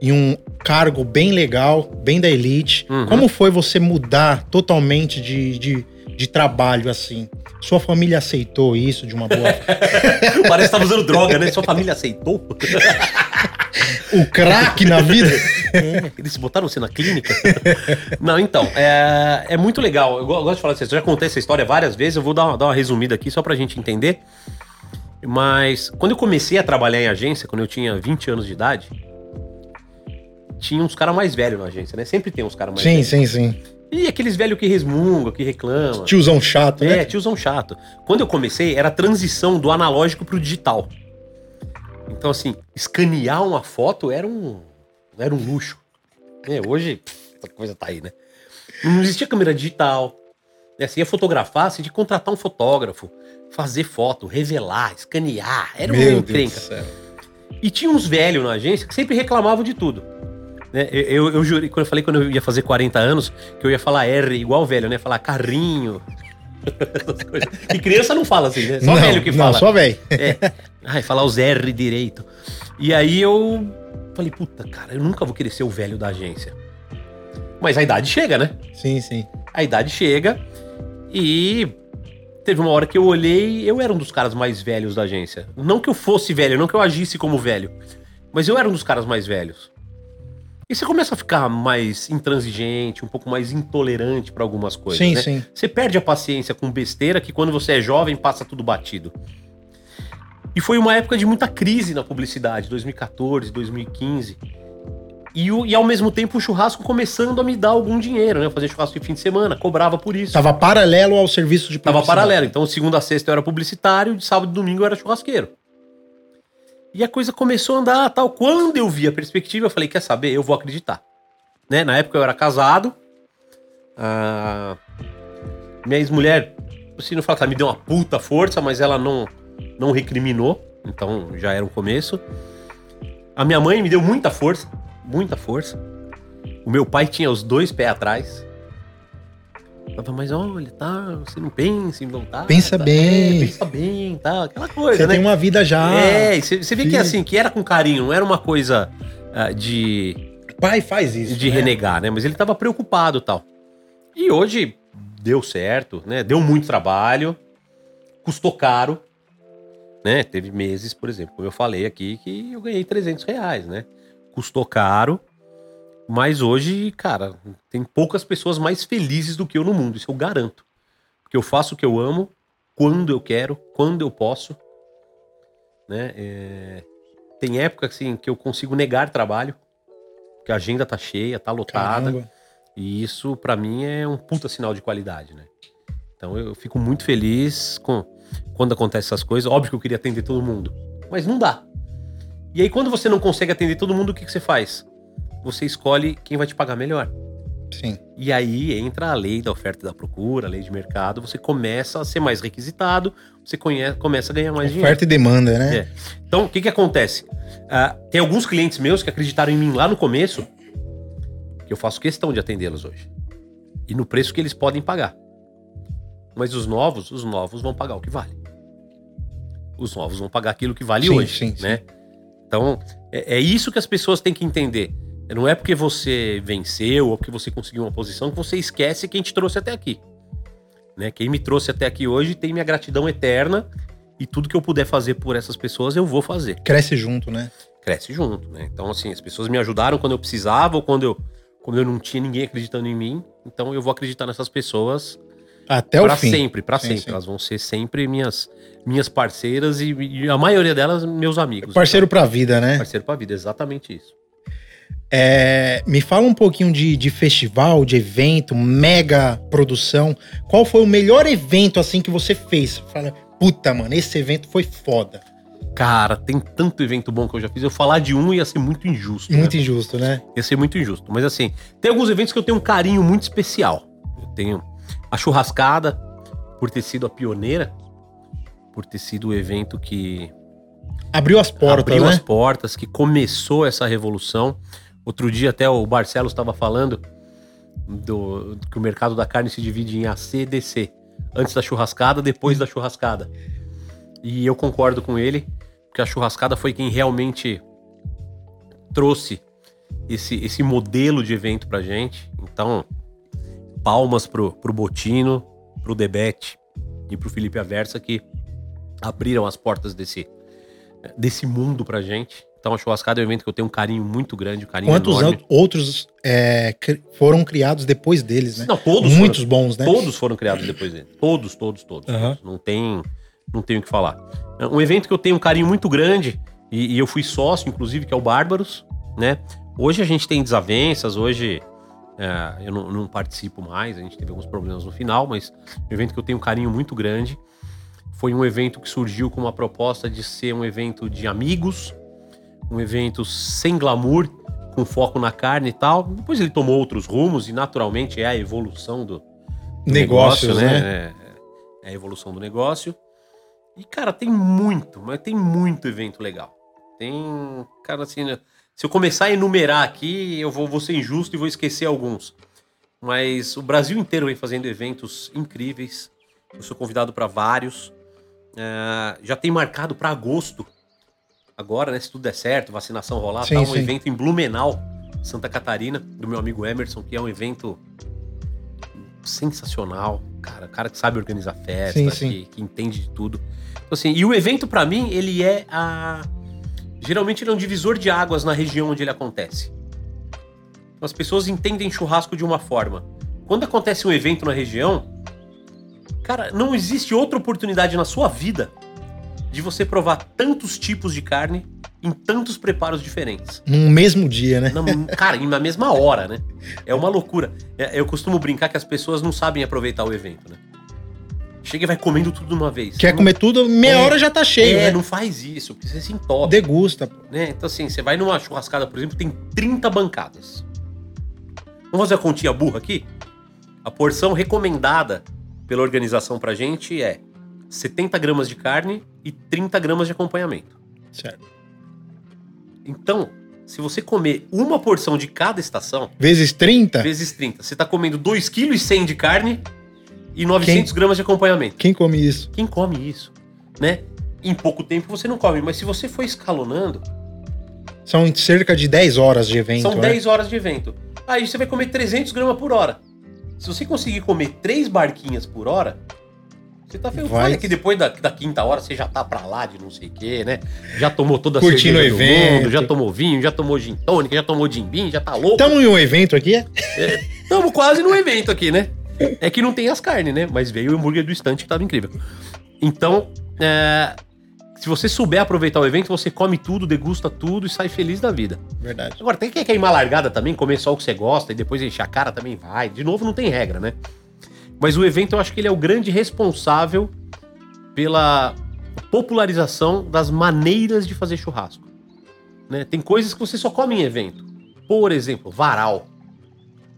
em um cargo bem legal, bem da elite. Uhum. Como foi você mudar totalmente de, de, de trabalho, assim? Sua família aceitou isso de uma boa... Parece que tá usando droga, né? Sua família aceitou? o craque na vida? Eles botaram você na clínica? Não, então, é, é muito legal. Eu go- gosto de falar disso. Eu já contei essa história várias vezes, eu vou dar uma, dar uma resumida aqui só pra gente entender. Mas quando eu comecei a trabalhar em agência, quando eu tinha 20 anos de idade, tinha uns caras mais velhos na agência, né? Sempre tem uns caras mais Sim, velhos. sim, sim. E aqueles velhos que resmungam, que reclamam. Tiozão chato, né? É, tiozão chato. Quando eu comecei, era a transição do analógico pro digital. Então, assim, escanear uma foto era um, era um luxo. Né, hoje, pff, essa coisa tá aí, né? Não existia câmera digital. Né? Você ia fotografar, você tinha que contratar um fotógrafo, fazer foto, revelar, escanear. Era uma Meu Deus encrenca. do céu. E tinha uns velhos na agência que sempre reclamavam de tudo. Né? Eu, eu, eu jurei, quando eu falei quando eu ia fazer 40 anos, que eu ia falar R igual velho, né? Falar carrinho. Essas coisas. E criança não fala assim, né? Só não, velho que não, fala. só velho. É. Ai, falar os R direito. E aí eu falei, puta, cara, eu nunca vou querer ser o velho da agência. Mas a idade chega, né? Sim, sim. A idade chega e Teve uma hora que eu olhei, eu era um dos caras mais velhos da agência. Não que eu fosse velho, não que eu agisse como velho, mas eu era um dos caras mais velhos. E você começa a ficar mais intransigente, um pouco mais intolerante pra algumas coisas. sim, né? sim. Você perde a paciência com besteira que quando você é jovem passa tudo batido. E foi uma época de muita crise na publicidade, 2014, 2015. E, o- e ao mesmo tempo o churrasco começando a me dar algum dinheiro, né? Eu fazia churrasco de fim de semana, cobrava por isso. Tava paralelo ao serviço de Tava publicidade. paralelo. Então, segunda a sexta eu era publicitário, de sábado e domingo eu era churrasqueiro. E a coisa começou a andar tal. Quando eu vi a perspectiva, eu falei: quer saber? Eu vou acreditar. Né? Na época eu era casado. ah, minha ex-mulher, se não falar, "Tá, me deu uma puta força, mas ela não, não recriminou. Então já era um começo. A minha mãe me deu muita força. Muita força. O meu pai tinha os dois pés atrás. Falava, mas olha, tá, você não pensa em voltar. Pensa tá, bem." é, pensa bem, tá, aquela coisa, Você né? tem uma vida já. É, e você você vê que filho. assim, que era com carinho, não era uma coisa ah, de, Pai faz isso. de né? renegar, né? Mas ele tava preocupado e tal. E hoje deu certo, né? Deu muito trabalho, custou caro, né? Teve meses, por exemplo, como eu falei aqui, que eu ganhei 300 reais, né? Custou caro, mas hoje, cara, tem poucas pessoas mais felizes do que eu no mundo, isso eu garanto. Porque eu faço o que eu amo, quando eu quero, quando eu posso, né? É, Tem época, assim, que eu consigo negar trabalho, que a agenda tá cheia, tá lotada. Caramba. E isso, pra mim, é um puta sinal de qualidade, né? Então eu fico muito feliz com quando acontecem essas coisas. Óbvio que eu queria atender todo mundo, mas não dá. E aí, quando você não consegue atender todo mundo, o que, que você faz? Você escolhe quem vai te pagar melhor. Sim. E aí entra a lei da oferta e da procura, a lei de mercado. Você começa a ser mais requisitado, você conhe- começa a ganhar mais dinheiro. Oferta e demanda, né? É. Então, o que que acontece? Ah, tem alguns clientes meus que acreditaram em mim lá no começo, que eu faço questão de atendê-los hoje. E no preço que eles podem pagar. Mas os novos, os novos vão pagar o que vale. Os novos vão pagar aquilo que vale Sim, hoje, sim, sim. né? Então, é, é isso que as pessoas têm que entender. Não é porque você venceu ou porque você conseguiu uma posição que você esquece quem te trouxe até aqui. Né? Quem me trouxe até aqui hoje tem minha gratidão eterna e tudo que eu puder fazer por essas pessoas eu vou fazer Cresce junto, né? cresce junto, né? Então, assim, as pessoas me ajudaram quando eu precisava ou quando eu, quando eu não tinha ninguém acreditando em mim. Então, eu vou acreditar nessas pessoas Até pra o fim. sempre, pra Sim, sempre. sim. Elas vão ser sempre minhas, minhas parceiras e, e a maioria delas, meus amigos. Parceiro pra vida, Então, né? parceiro pra vida, exatamente isso. É, me fala um pouquinho de, de festival, de evento, mega produção. Qual foi o melhor evento assim que você fez? Fala, puta, mano, esse evento foi foda. Cara, tem tanto evento bom que eu já fiz. Eu falar de um ia ser muito injusto. né? Muito injusto, né? Ia ser muito injusto. Mas assim, tem alguns eventos que eu tenho um carinho muito especial. Eu tenho a churrascada, por ter sido a pioneira, por ter sido o evento que Abriu as portas, abriu né? as portas, que começou essa revolução. Outro dia até o Barcelos estava falando do, que o mercado da carne se divide em AC e DC. Antes da churrascada, depois da churrascada. E eu concordo com ele, porque a churrascada foi quem realmente trouxe esse, esse modelo de evento pra gente. Então, palmas pro, pro Botino, pro Debete e pro Felipe Aversa que abriram as portas desse, desse mundo pra gente. Então a churrascada é um evento que eu tenho um carinho muito grande, um carinho Quantos enorme. an- outros é, cri- foram criados depois deles, né? Não, todos Muitos bons, né? foram, todos foram criados depois dele. Todos, todos, todos. Aham. Não tem não tenho o que falar. É Um evento que eu tenho um carinho muito grande e, e eu fui sócio, inclusive, que é o Bárbaros, né? Hoje a gente tem desavenças, hoje é, eu não, não participo mais, a gente teve alguns problemas no final, mas um evento que eu tenho um carinho muito grande. Foi um evento que surgiu com uma proposta de ser um evento de amigos, um evento sem glamour, com foco na carne e tal. Depois ele tomou outros rumos e naturalmente é a evolução do, do Negócios, né? É, é a evolução do negócio. E, cara, tem muito, mas tem muito evento legal. Tem, cara, assim, né, se eu começar a enumerar aqui, eu vou, vou ser injusto e vou esquecer alguns. Mas o Brasil inteiro vem fazendo eventos incríveis. Eu sou convidado para vários. Ah, já tem marcado para agosto. Agora, né, se tudo der certo, vacinação rolar, Sim, tá um sim. evento em Blumenau, Santa Catarina, do meu amigo Emerson, que é um evento sensacional, cara. Cara que sabe organizar festa, Sim, sim. Que, que entende de tudo. Então, assim, e o evento, pra mim, ele é a. Geralmente ele é um divisor de águas na região onde ele acontece. Então, as pessoas entendem churrasco de uma forma. Quando acontece um evento na região, cara, não existe outra oportunidade na sua vida de você provar tantos tipos de carne em tantos preparos diferentes. Num mesmo dia, né? Na- cara, e na mesma hora, né? É uma loucura. É, Eu costumo brincar que as pessoas não sabem aproveitar o evento, né? Chega e vai comendo tudo de uma vez. Quer Não- comer tudo, meia É. hora já tá cheio, É, né? não faz isso, porque você se entope, Degusta, pô. né? Então assim, você vai numa churrascada, por exemplo, tem 30 bancadas. Vamos fazer a continha burra aqui? A porção recomendada pela organização pra gente é 70 gramas de carne e 30 gramas de acompanhamento. Certo. Então, se você comer uma porção de cada estação, Vezes 30? vezes 30. Você tá comendo 2,1 kg de carne e 900 gramas de acompanhamento. Quem come isso? Quem come isso, né? Em pouco tempo você não come, mas se você for escalonando, São cerca de 10 horas de evento, são né? 10 horas de evento. Aí você vai comer 300 gramas por hora. Se você conseguir comer três barquinhas por hora, você tá feio. Vai. Olha que depois da, da quinta hora você já tá pra lá de não sei o quê, né? Já tomou toda a Curtindo cerveja o do evento. mundo, já tomou vinho, já tomou gin tônica, já tomou gin bean, já tá louco. Estamos em um evento aqui? é? Tamo quase no evento aqui, né? É que não tem as carnes, né? Mas veio o hambúrguer do estante que tava incrível. Então, é, se você souber aproveitar o evento, você come tudo, degusta tudo e sai feliz da vida. Verdade. Agora, tem que queimar largada também, comer só o que você gosta e depois encher a cara também vai. De novo, não tem regra, né? Mas o evento, eu acho que ele é o grande responsável pela popularização das maneiras de fazer churrasco. né? Tem coisas que você só come em evento. Por exemplo, varal.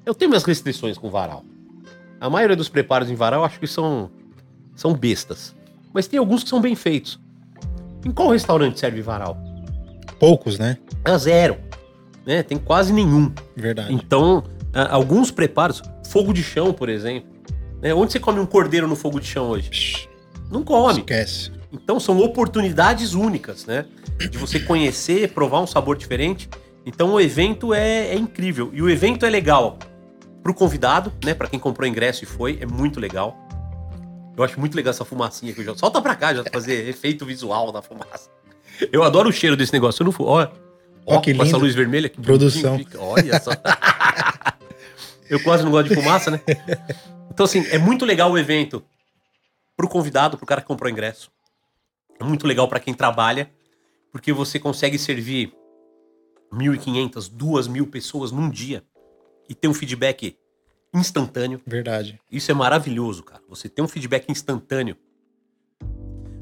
Eu tenho minhas restrições com varal. A maioria dos preparos em varal, eu acho que são, são bestas. Mas tem alguns que são bem feitos. Em qual restaurante serve varal? Poucos, né? É zero. Né? Tem quase nenhum. Verdade. Então, a- alguns preparos, fogo de chão, por exemplo. né? Onde você come um cordeiro no fogo de chão hoje? Psh, Não come. Esquece. Então são oportunidades únicas, né? De você conhecer, provar um sabor diferente. Então o evento é, é incrível. E o evento é legal pro convidado, né? Pra quem comprou ingresso e foi, é muito legal. Eu acho muito legal essa fumacinha que o Jota. Solta pra cá, Jota, fazer efeito visual da fumaça. Eu adoro o cheiro desse negócio. Eu não fui. Olha. Ó, Ó, que com essa lindo. luz vermelha. que Produção. bonitinho fica. Olha só. Eu quase não gosto de fumaça, né? Então, assim, é muito legal o evento pro convidado, pro cara que comprou o ingresso. É muito legal para quem trabalha, porque você consegue servir 1.500, 2.000 pessoas num dia e ter um feedback instantâneo. Verdade. Isso é maravilhoso, cara. Você ter um feedback instantâneo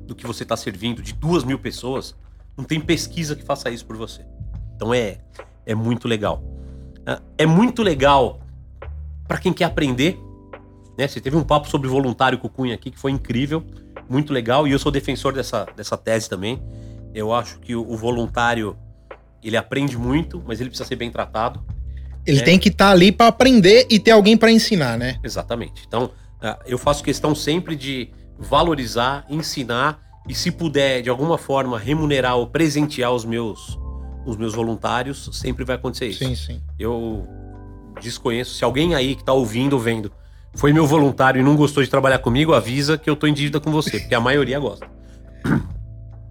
do que você está servindo, de 2.000 pessoas, não tem pesquisa que faça isso por você. Então é, é muito legal. Ah, É muito legal para quem quer aprender. Né? Você teve um papo sobre voluntário com o Cunha aqui que foi incrível, muito legal. E eu sou defensor dessa, dessa tese também. Eu acho que o, o voluntário ele aprende muito, mas ele precisa ser bem tratado. Ele É. tem que estar ali pra aprender e ter alguém pra ensinar, né? Exatamente. Então, ah, eu faço questão sempre de valorizar, ensinar e, se puder, de alguma forma, remunerar ou presentear os meus, os meus voluntários, sempre vai acontecer isso. Sim, sim. Eu desconheço. Se alguém aí que tá ouvindo ou vendo foi meu voluntário e não gostou de trabalhar comigo, avisa que eu tô em dívida com você, porque a maioria gosta.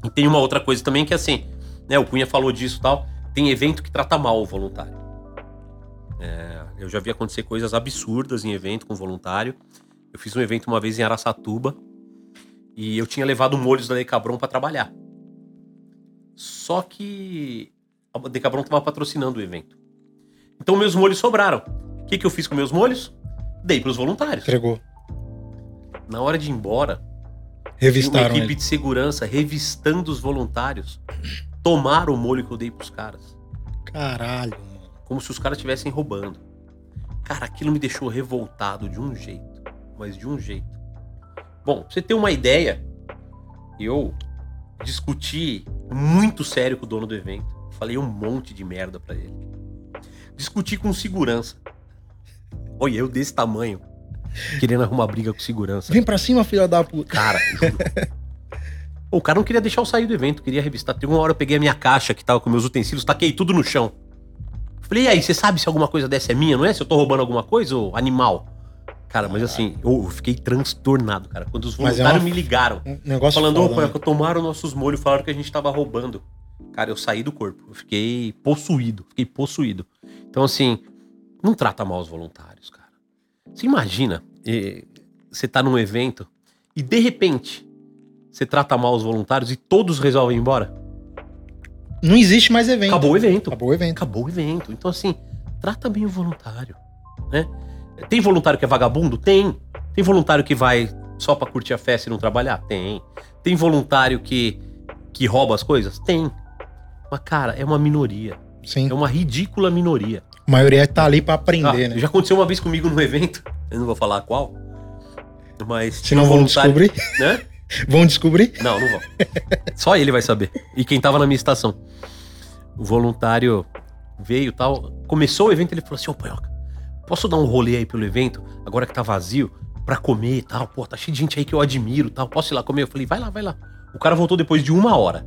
E tem uma outra coisa também que é assim, né? O Cunha falou disso e tal. Tem evento que trata mal o voluntário. É, eu já vi acontecer coisas absurdas em evento com voluntário. Eu fiz um evento uma vez em Araçatuba e eu tinha levado molhos da Decabron para trabalhar. Só que a Decabron tava patrocinando o evento. Então meus molhos sobraram. O que, que eu fiz com meus molhos? Dei pros voluntários. Entregou. Na hora de ir embora, tinha uma Revistaram equipe ele. de segurança revistando os voluntários. Tomaram o molho que eu dei pros caras. Caralho, mano. Como se os caras estivessem roubando. Cara, aquilo me deixou revoltado de um jeito. Mas de um jeito. Bom, pra você ter uma ideia, eu discuti muito sério com o dono do evento. Falei um monte de merda pra ele. Discuti com segurança. Olha, eu desse tamanho. Querendo arrumar briga com segurança. Vem pra cima, filha da puta. Cara, juro. Pô, o cara não queria deixar eu sair do evento, queria revistar. Teve uma hora eu peguei a minha caixa que tava com meus utensílios, taquei tudo no chão. Falei, e aí, você sabe se alguma coisa dessa é minha, não é? Se eu tô roubando alguma coisa, ô animal? Cara, mas assim, eu eu fiquei transtornado, cara. Quando os Mas é voluntários uma- me ligaram, Um negócio falando, foda, opa, né? tomaram nossos molhos, falaram que a gente tava roubando. Cara, eu saí do corpo. Eu fiquei possuído, fiquei possuído. Então, assim, não trata mal os voluntários, cara. Você imagina, eh, você tá num evento e de repente você trata mal os voluntários e todos resolvem ir embora. né? Não existe mais evento. Acabou o evento. Acabou o evento. Acabou o evento. Então, assim, trata bem o voluntário, né? Tem voluntário que é vagabundo? Tem. Tem voluntário que vai só pra curtir a festa e não trabalhar? Tem. Tem voluntário que, que rouba as coisas? Tem. Mas, cara, é uma minoria. Sim. É uma ridícula minoria. A maioria tá ali pra Ah, aprender, né? Já aconteceu uma vez comigo num evento, eu não vou falar qual, mas... Se não vão descobrir, Né? vão descobrir. Não, não vão. Só ele vai saber. E quem tava na minha estação. O voluntário veio e tal. Começou o evento, ele falou assim, ô Panhoca, posso dar um rolê aí pelo evento, agora que tá vazio, pra comer e tal? Pô, tá cheio de gente aí que eu admiro e tal. Posso ir lá comer? Eu falei, vai lá, vai lá. O cara voltou depois de uma hora.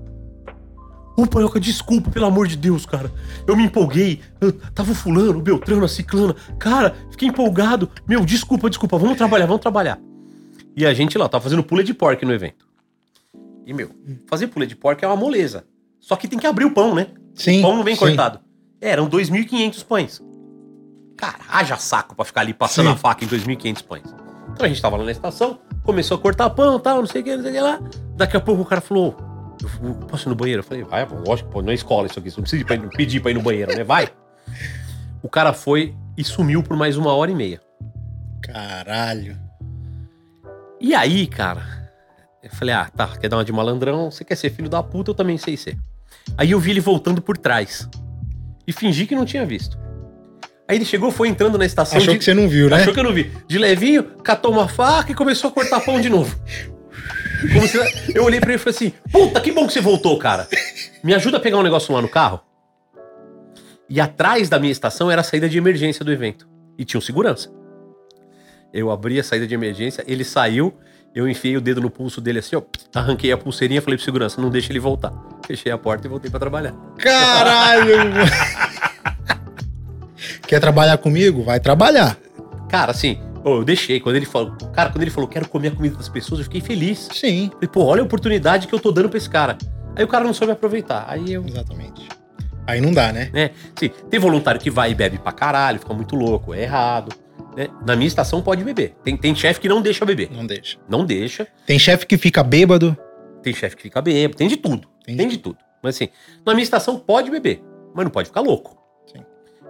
Ô, Panhoca, desculpa, pelo amor de Deus, cara. Eu me empolguei. Eu tava o fulano, o Beltrano, a Ciclana. Cara, fiquei empolgado. Meu, desculpa, desculpa. Vamos trabalhar, vamos trabalhar. E a gente lá, tava fazendo pula de porco no evento. E, meu, fazer pula de porco é uma moleza. Só que tem que abrir o pão, né? Sim. Pão não vem sim. cortado. É, Eram 2.500 pães. Cara, haja saco pra ficar ali passando Sim. a faca em 2.500 pães. Então a gente tava lá na estação, começou a cortar pão tal, não sei o que, não sei o que lá. Daqui a pouco o cara falou, "Ô, eu vou- posso ir no banheiro? Eu falei, vai, pô, lógico, pô, não é escola isso aqui, você não precisa ir pra ir- pedir pra ir no banheiro, né? Vai. O cara foi e sumiu por mais uma hora e meia. Caralho. E aí, cara, eu falei, ah, tá, quer dar uma de malandrão? Você quer ser filho da puta, eu também sei ser. Aí eu vi ele voltando por trás. E fingi que não tinha visto. Aí ele chegou, foi entrando na estação. Achou de- que você não viu, né? Achou que eu não vi. De levinho, catou uma faca e começou a cortar pão de novo. Como se- Eu olhei pra ele e falei assim: Puta, que bom que você voltou, cara. Me ajuda a pegar um negócio lá no carro. E atrás da minha estação era a saída de emergência do evento. E tinha um segurança. Eu abri a saída de emergência, ele saiu, eu enfiei o dedo no pulso dele assim, ó, arranquei a pulseirinha, falei pro segurança, não deixa ele voltar. Fechei a porta e voltei pra trabalhar. Caralho. mano. Quer trabalhar comigo? Vai trabalhar. Cara, assim, ô, eu deixei. Quando ele falou, cara, quando ele falou quero comer a comida das pessoas, eu fiquei feliz. Sim. Falei, pô, olha a oportunidade que eu tô dando pra esse cara. Aí o cara não soube aproveitar. Aí eu. Exatamente. Aí não dá, né? Né? Sim, tem voluntário que vai e bebe pra caralho, fica muito louco, é errado. né? Na minha estação pode beber. Tem, tem chefe que não deixa beber. Não deixa. Não deixa. Tem chefe que fica bêbado. Tem chefe que fica bêbado. Tem de tudo. Tem Tem de tudo. Mas assim, na minha estação pode beber, mas não pode ficar louco. Sim.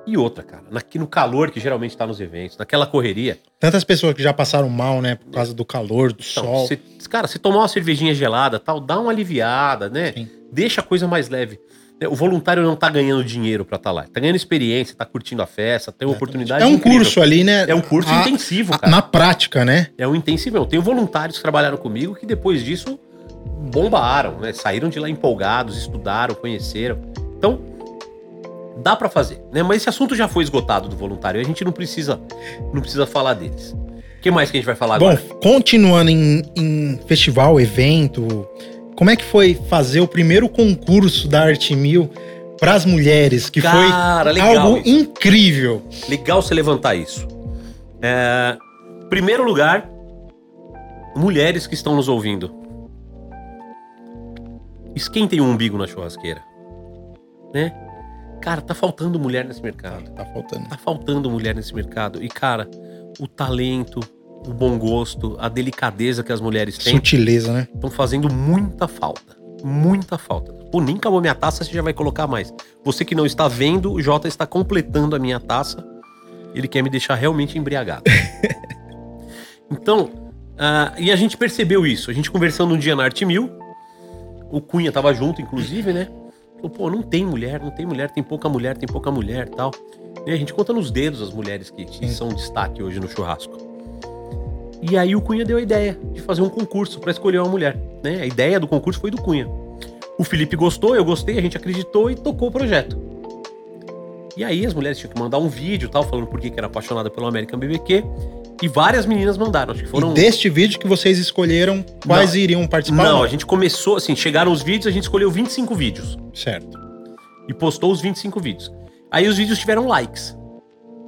E outra, cara, na, no calor que geralmente tá nos eventos, naquela correria, Tantas pessoas que já passaram mal, né? Por causa do calor, do Então, sol. cê- cara, você tomar uma cervejinha gelada, tal, dá uma aliviada, né? Sim. Deixa a coisa mais leve. Né, O voluntário não tá ganhando dinheiro pra estar lá. Tá ganhando experiência, tá curtindo a festa, tem uma oportunidade. É um incrível. curso ali, né? É um curso A- intensivo, a- cara. Na prática, né? É um intensivão. Tenho voluntários que trabalharam comigo que depois disso bombaram, né? Saíram de lá empolgados, estudaram, conheceram. Então, dá pra fazer, né? Mas esse assunto já foi esgotado do voluntário. e A gente não precisa, não precisa falar deles. O que mais que a gente vai falar agora? Bom, continuando em, em festival, evento, como é que foi fazer o primeiro concurso da Arte Mil para as mulheres? Que Cara, foi legal algo isso. incrível. Legal você levantar isso. É, primeiro lugar, mulheres que estão nos ouvindo. Esquentem o umbigo na churrasqueira. Né? Cara, tá faltando mulher nesse mercado. Tá faltando. Tá faltando mulher nesse mercado. E, cara, o talento, o bom gosto, a delicadeza que as mulheres têm Sutileza, né? estão fazendo muita falta. Muita falta. Pô, nem acabou minha taça, você já vai colocar mais. Você que não está vendo, o Jota está completando a minha taça. Ele quer me deixar realmente embriagado. então, ah, e a gente percebeu isso. A gente conversando um dia na Arte Mil, o Cunha tava junto, inclusive, né? Falou, pô, não tem mulher, não tem mulher, tem pouca mulher, tem pouca mulher tal. E a gente conta nos dedos as mulheres que, Sim. que são destaque hoje no churrasco. E aí o Cunha deu a ideia de fazer um concurso pra escolher uma mulher, né? A ideia do concurso foi do Cunha. O Felipe gostou, eu gostei, a gente acreditou e tocou o projeto. E aí as mulheres tinham que mandar um vídeo tal, falando por que que era apaixonada pelo American BBQ. E várias meninas mandaram, acho que foram... E deste vídeo que vocês escolheram quais Não. iriam participar. Não, a gente começou assim, chegaram os vídeos, a gente escolheu 25 vídeos Certo. e postou os 25 vídeos. Aí os vídeos tiveram likes.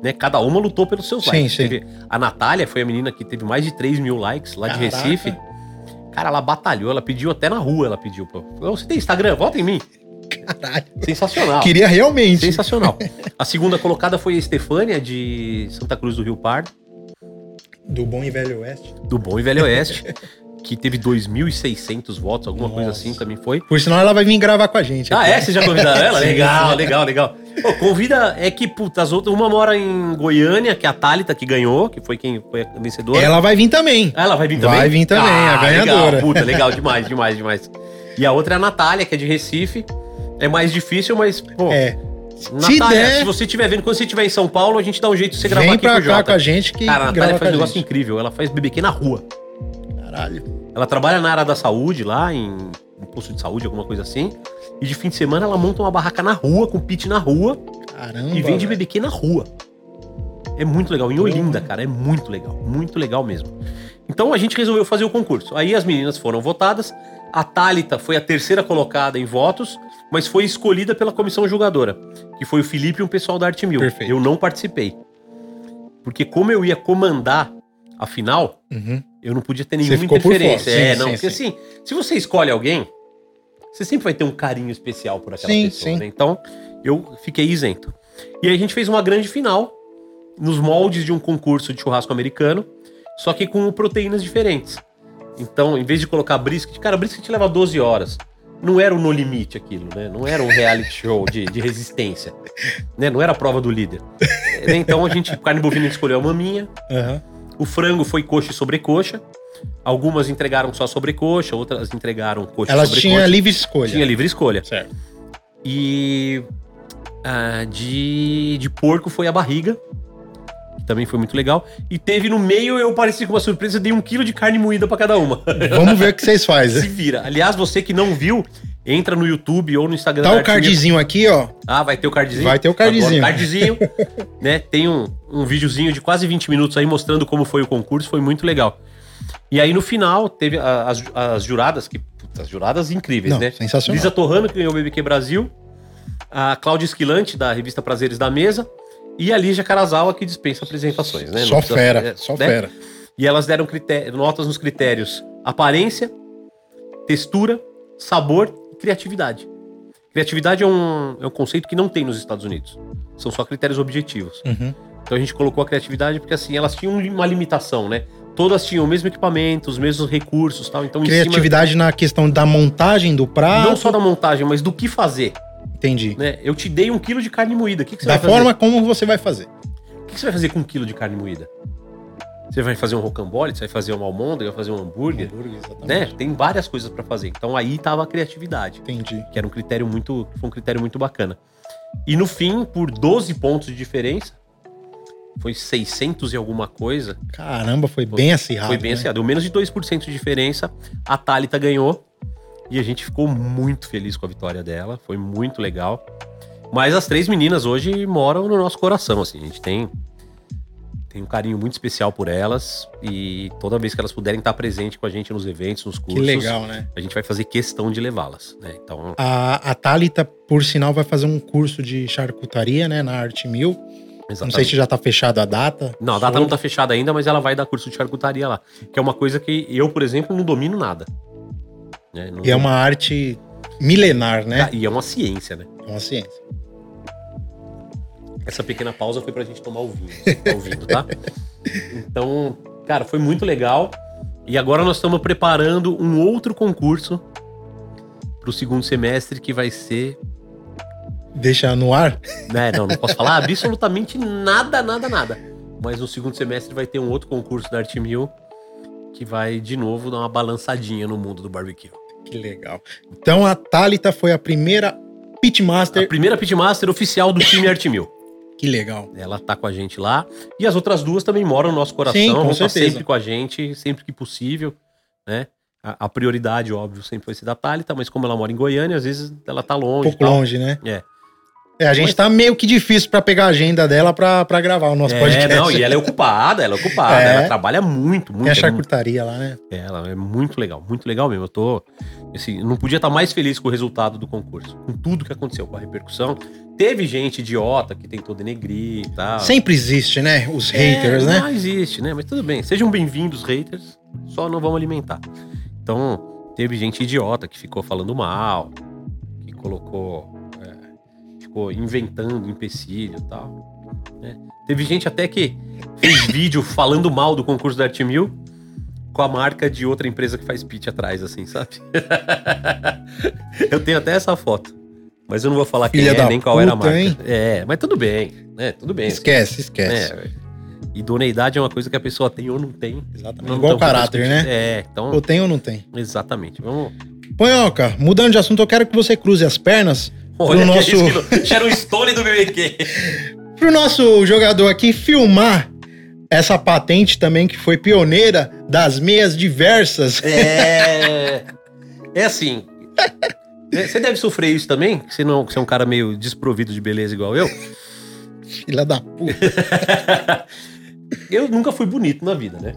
né? Cada uma lutou pelos seus Sim, likes. sim. Teve- a Natália foi a menina que teve mais de 3 mil likes lá de Caraca. Recife. Cara, ela batalhou, ela pediu até na rua, ela pediu. pô. Falou, Você tem Instagram? Volta em mim. Caralho. Sensacional. Queria realmente. Sensacional. A segunda colocada foi a Estefânia, de Santa Cruz do Rio Pardo, Do bom e velho oeste. do Bom e Velho Oeste, que teve 2.600 votos, alguma coisa Nossa. assim também foi. Por sinal, ela vai vir gravar com a gente. Ah, aqui. é? Vocês já convidaram ela? Sim, legal, sim. legal, legal. Pô, convida, é que, puta, as outras. Uma mora em Goiânia, que é a Thalita, que ganhou, que foi quem foi a vencedora. Ela vai vir também. Ah, ela vai vir também? Ah, Vai vir também, a ganhadora. Legal, puta, legal demais, demais, demais. E a outra é a Natália, que é de Recife. É mais difícil, mas, pô. É. Natália, se, der- você estiver vendo, quando você estiver em São Paulo, a gente dá um jeito de você gravar Vem aqui com pra o cá com Jota. a gente que Cara, a grava Natália faz um com a negócio gente. incrível. Ela faz BBQ na rua. Caralho. Ela trabalha na área da saúde, lá em um posto de saúde, alguma coisa assim. E de fim de semana ela monta uma barraca na rua, com pit na rua, Caramba. e vende velho. BBQ na rua. É muito legal. Em Porra. Olinda, cara, é muito legal. Muito legal mesmo. Então a gente resolveu fazer o concurso. Aí as meninas foram votadas. A Thalita foi a terceira colocada em votos, mas foi escolhida pela comissão julgadora, que foi o Felipe e um pessoal da Arte Mil. Perfeito. Eu não participei. Porque como eu ia comandar a final, Uhum. eu não podia ter nenhuma ficou por interferência. fora. é, Sim, não. sim, porque assim, se você escolhe alguém, você sempre vai ter um carinho especial por aquela Sim, pessoa. sim. né? Então, eu fiquei isento. E aí a gente fez uma grande final nos moldes de um concurso de churrasco americano, só que com proteínas diferentes. Então, em vez de colocar brisket, cara, brisket leva 12 horas. Não era o No Limite aquilo, né? Não era um reality show de, de resistência. Né? Não era a prova do líder. Né? Então a gente, carne bovina escolheu a maminha, Aham. o frango foi coxa e sobrecoxa. Algumas entregaram só sobrecoxa, outras entregaram coxa e Elas sobrecoxa. tinham a livre escolha. Tinha livre escolha. Certo. E ah, de, de porco foi a barriga, que também foi muito legal. E teve no meio, eu pareci com uma surpresa, dei um quilo de carne moída pra cada uma. Vamos ver o que vocês Se fazem. vira. Aliás, você que não viu, entra no YouTube ou no Instagram. Tá da o Arte Mil. cardzinho aqui, ó. Ah, vai ter o cardzinho? Vai ter o cardzinho. Agora, o cardzinho, né? Tem um, um videozinho de quase 20 minutos aí mostrando como foi o concurso, foi muito legal. E aí no final teve a- as, as juradas, que puta, as juradas incríveis, Não, né? sensacional. Lisa Torrano, que ganhou o BBQ Brasil, a Cláudia Esquilante, da revista Prazeres da Mesa, e a Lígia Carazawa, que dispensa apresentações, né? Não só precisa- fera, é, só né? fera. E elas deram critério- notas nos critérios aparência, textura, sabor e criatividade. Criatividade é um, é um conceito que não tem nos Estados Unidos. São só critérios objetivos. Uhum. Então a gente colocou a criatividade porque assim, elas tinham uma limitação, né? Todas tinham o mesmo equipamento, os mesmos recursos tal. Então, em cima- Criatividade na questão da montagem do prato. não só da montagem, mas do que fazer. Entendi. Né? Eu te dei um quilo de carne moída. O que, que você Da vai fazer? forma como você vai fazer. O que você vai fazer com um quilo de carne moída? Você vai fazer um rocambole? Você vai fazer uma almôndega? Vai fazer um hambúrguer? né? Tem várias coisas pra fazer. Então aí tava a criatividade, Entendi. que era um critério muito, foi um critério muito bacana. E no fim, por 12 pontos de diferença, foi 600 e alguma coisa. Caramba, foi bem acirrado. foi bem né? acirrado. Deu menos de 2% de diferença. A Thalita ganhou. E a gente ficou muito feliz com a vitória dela. Foi muito legal. Mas as três meninas hoje moram no nosso coração, assim. A gente tem, tem um carinho muito especial por elas. E toda vez que elas puderem estar presente com a gente nos eventos, nos Que cursos legal, né? a gente vai fazer questão de levá-las, né? Então, A, a Thalita, por sinal, vai fazer um curso de charcutaria, né? Na Arte Mil. Não sei se já tá fechada a data. Não, a data não tá fechada ainda, mas ela vai dar curso de charcutaria lá, que é uma coisa que eu, por exemplo, não domino nada. né? Não E é uma arte milenar, domino- né? E é uma ciência, né? É uma ciência. Essa pequena pausa foi pra gente tomar o vinho, você tá ouvindo, tá? Então, cara, foi muito legal. E agora nós estamos preparando um outro concurso pro segundo semestre que vai ser Deixa no ar. né? Não, não posso falar absolutamente nada, nada, nada. Mas no segundo semestre vai ter um outro concurso da Arte Mil que vai, de novo, dar uma balançadinha no mundo do barbecue. Que legal. Então a Thalita foi a primeira A pitmaster. primeira pitmaster oficial do time é Arte Mil. Que legal. Ela tá com a gente lá. E as outras duas também moram no nosso coração. Sim, com vão tá certeza. sempre com a gente, sempre que possível, né? A, a prioridade, óbvio, sempre vai ser da Thalita, mas como ela mora em Goiânia, às vezes ela tá Um longe. e pouco tal. longe, né? É. É, a gente tá meio que difícil pra pegar a agenda dela pra, pra gravar o nosso É, podcast. não, e ela é ocupada, ela é ocupada. É. Ela trabalha muito, muito. Tem a é muito- charcutaria lá, né? Ela é muito legal, muito legal mesmo. Eu tô. Assim, eu não podia estar mais feliz com o resultado do concurso. Com tudo que aconteceu, com a repercussão. Teve gente idiota que tentou denegrir e tal. Sempre existe, né? Os Ah. É, haters, né? Não existe, né? Mas tudo bem. Sejam bem-vindos, haters. Só não vamos alimentar. Então, teve gente idiota que ficou falando mal, que colocou. é, ficou inventando empecilho e tal. né? Teve gente até que fez vídeo falando mal do concurso da Arte Mil com a marca de outra empresa que faz pitch atrás, assim, sabe? eu tenho até essa foto. Mas eu não vou falar quem Filha é, da nem qual era a puta, marca. hein? É, mas tudo bem, né? Tudo bem. Esquece, esquece. É, idoneidade é uma coisa que a pessoa tem ou não tem. Exatamente. Não Igual tão caráter, discutindo. né? É, então, Ou tem ou não tem. exatamente. Vamos. Panhoca, mudando de assunto, eu quero que você cruze as pernas Olha nosso- que isso que não- Cheira o Stone do BBQ. pro nosso jogador aqui filmar essa patente também que foi pioneira das meias diversas. É. É assim. né, Você deve sofrer isso também, que você, não, que você é um cara meio desprovido de beleza igual eu. Filha da puta. Eu nunca fui bonito na vida, né?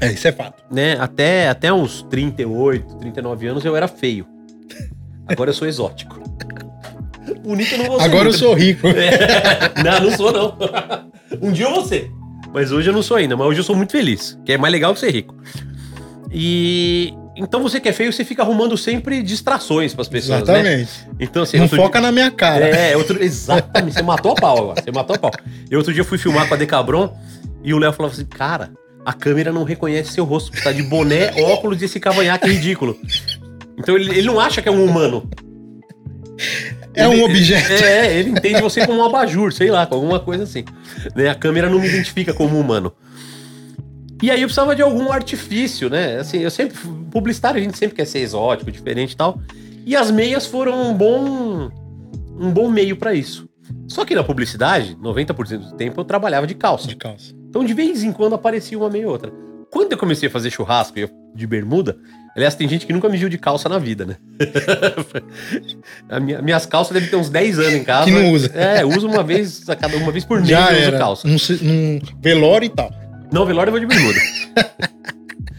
É, isso é fato. né até, até uns 38, 39 anos eu era feio. Agora eu sou exótico. Bonito eu não vou ser Agora eu nunca. sou rico. É. Não, não sou, não. Um dia eu vou ser. Mas hoje eu não sou ainda, mas hoje eu sou muito feliz. Que é mais legal que ser rico. E. Então você que é feio, você fica arrumando sempre distrações pras pessoas, né? Exatamente. Então, assim, não outro foca na minha cara. é, outro. Exatamente. Você matou a pau agora. Você matou a pau. Eu outro dia fui filmar com a Decabron e o Léo falava assim: cara, a câmera não reconhece seu rosto. Você tá de boné, óculos e esse cavanhaque ridículo. Então ele, ele não acha que é um humano. É um Ele- objeto. É, ele entende você como um abajur, sei lá, com alguma coisa assim. Né? A câmera não me identifica como humano. E aí eu precisava de algum artifício, né? Assim, eu sempre. Publicitário, a gente sempre quer ser exótico, diferente e tal. E as meias foram um bom. um bom meio pra isso. Só que na publicidade, 90% do tempo eu trabalhava de calça. De calça. Então, de vez em quando aparecia uma meia ou outra. Quando eu comecei a fazer churrasco e eu- de bermuda, aliás, tem gente que nunca me viu de calça na vida, né? A minha- minhas calças devem ter uns 10 anos em casa. Que não usa. É, eu uso uma vez, a cada, uma vez por mês Já eu uso era. calça. Num, se- num velório e tal. Não, velório eu vou de bermuda.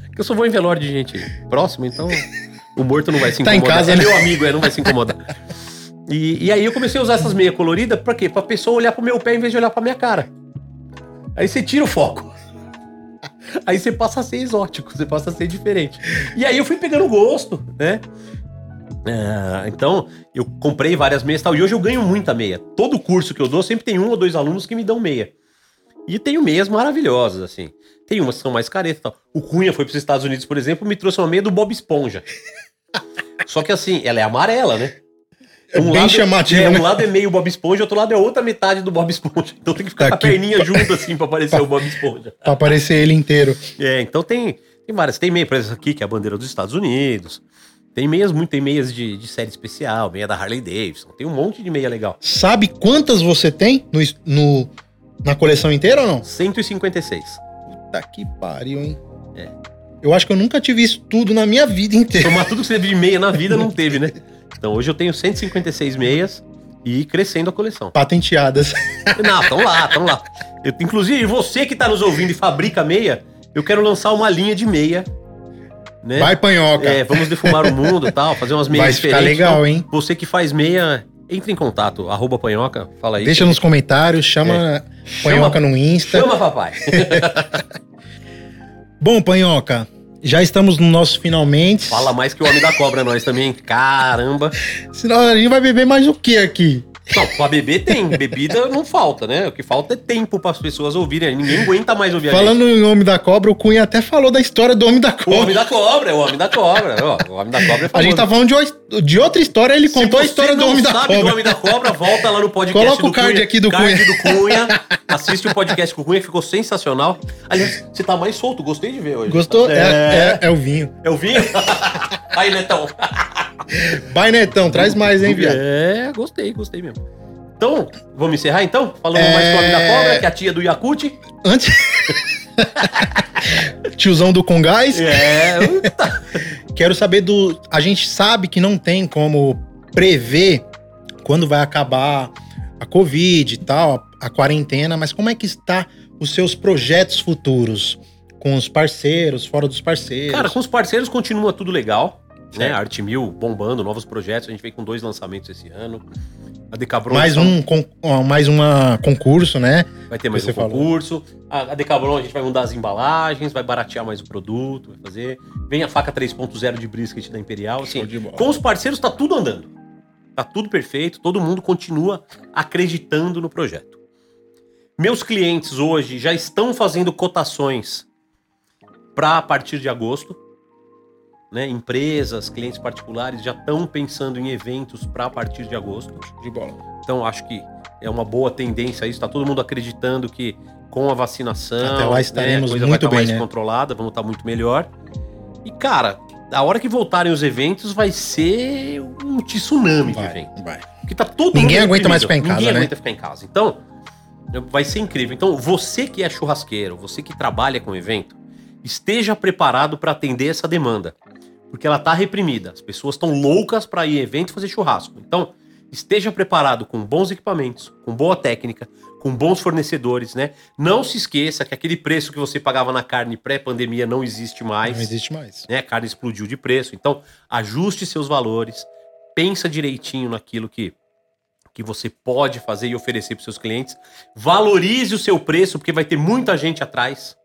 Porque eu só vou em velório de gente próxima, então o morto não vai se Tá incomodar. em casa, é né? meu amigo, é, não vai se incomodar. E, e aí eu comecei a usar essas meias coloridas pra quê? Pra pessoa olhar pro meu pé em vez de olhar pra minha cara. Aí você tira o foco. Aí você passa a ser exótico, você passa a ser diferente. E aí eu fui pegando gosto, né? Ah, então, eu comprei várias meias e tal. E hoje eu ganho muita meia. Todo curso que eu dou, sempre tem um ou dois alunos que me dão meia. E tenho meias maravilhosas, assim. Tem umas que são mais caretas e tal. O Cunha foi pros Estados Unidos, por exemplo, e me trouxe uma meia do Bob Esponja. Só que assim, ela é amarela, né? É bem chamativa, é, né? Um lado é meio Bob Esponja, outro lado é outra metade do Bob Esponja. Então tem que ficar Tá com a aqui. perninha junto, assim, pra parecer o Bob Esponja. Pra aparecer ele inteiro. É, então tem, tem várias. Tem meia, por exemplo, aqui, que é a bandeira dos Estados Unidos. Tem meias muito, tem meias de, de série especial, meia da Harley Davidson. Tem um monte de meia legal. Sabe quantas você tem no, es- no- na coleção inteira ou não? 156. Puta que pariu, hein? É. Eu acho que eu nunca tive isso tudo na minha vida inteira. Tomar tudo que você teve de meia na vida não teve, né? Então hoje eu tenho 156 meias e crescendo a coleção. Patenteadas. Não, estão lá, estão lá. Eu- inclusive, você que tá nos ouvindo e fabrica meia, eu quero lançar uma linha de meia. Né? Vai, panhoca. É, vamos defumar o mundo e tal, fazer umas meias Vai ficar diferentes. legal, hein? Então, você que faz meia, entre em contato, arroba panhoca, fala aí. Deixa nos comentários, chama Panhoca no Insta. É. Chama, papai. Bom, Panhoca, já estamos no nosso finalmente. Fala mais que o homem da cobra, nós também. Caramba. Senão a gente vai beber mais o que aqui? Não, pra beber tem. Bebida não falta, né? O que falta é tempo para as pessoas ouvirem. Ninguém aguenta mais ouvir a gente. Falando em Homem da Cobra, o Cunha até falou da história do Homem da O homem Cobra. da cobra, é o homem da cobra. ó, o homem da cobra é famoso. A gente tá falando de, oi- de outra história, ele Se contou a você história do não Homem da sabe do Cobra. Homem da Cobra, volta lá no podcast Coloca o card aqui do Card do Cunha. Assiste o podcast com o Cunha, que ficou sensacional. Aliás, você tá mais solto, gostei de ver hoje. Gostou? É, É, é- é o vinho. Eu vi. Aí, Netão. Vai, Netão, traz mais, hein, viado? É, gostei, gostei mesmo. Então, vamos encerrar então? Falando É. mais do Homem da Cobra, que é a tia do Yakut. Antes. Tiozão do Congás. É, Quero saber do. A gente sabe que não tem como prever quando vai acabar a Covid e tal, a, a quarentena, mas como é que está os seus projetos futuros? Com os parceiros, fora dos parceiros. Cara, com os parceiros continua tudo legal. Né? Certo. Arte Mil bombando, novos projetos. A gente veio com dois lançamentos esse ano. A Decabron mais um, con- ó, mais uma concurso, né? vai ter mais você um falou. concurso. A, a Decabron a gente vai mudar as embalagens, vai baratear mais o produto, vai fazer. Vem a faca 3.0 de brisket da Imperial. Assim, Show de bola. Com os parceiros tá tudo andando. Tá tudo perfeito, todo mundo continua acreditando no projeto. Meus clientes hoje já estão fazendo cotações para a partir de agosto. Né? Empresas, clientes particulares já estão pensando em eventos para a partir de agosto. de bola. Então acho que é uma boa tendência isso. Está todo mundo acreditando que com a vacinação né, Até lá estaremos a coisa vai muito estar bem, mais né? controlada, vamos estar muito melhor. E cara, a hora que voltarem os eventos vai ser um tsunami de Vai, evento. vai. Porque tá todo Ninguém mundo aguenta mais deprimido. ficar em casa, Ninguém né? aguenta ficar em casa. Então, vai ser incrível. Então, você que é churrasqueiro, você que trabalha com evento, esteja preparado para atender essa demanda. Porque ela tá reprimida. As pessoas estão loucas para ir em evento e fazer churrasco. Então, esteja preparado com bons equipamentos, com boa técnica, com bons fornecedores, né? Não se esqueça que aquele preço que você pagava na carne pré-pandemia não existe mais Não existe mais. né? A carne explodiu de preço. Então, ajuste seus valores, pensa direitinho naquilo que, que você pode fazer e oferecer para seus clientes. Valorize o seu preço, porque vai ter muita gente atrás.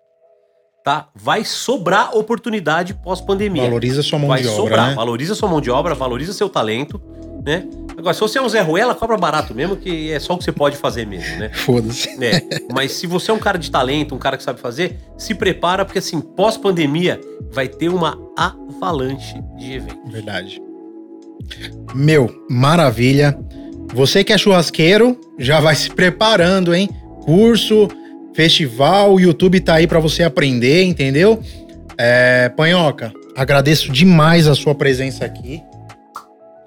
Tá? Vai sobrar oportunidade pós-pandemia Valoriza sua mão vai de obra, sobrar. né? Valoriza sua mão de obra, valoriza seu talento, né? Agora, se você é um Zé Ruela, cobra barato mesmo, que é só o que você pode fazer mesmo, né? Foda-se. né? Mas se você é um cara de talento, um cara que sabe fazer, se prepara, porque assim, pós-pandemia, vai ter uma avalanche de eventos. Verdade. Meu, maravilha. Você que é churrasqueiro, já vai se preparando, hein? Curso, festival, o YouTube tá aí pra você aprender, entendeu? É, Panhoca, agradeço demais a sua presença aqui.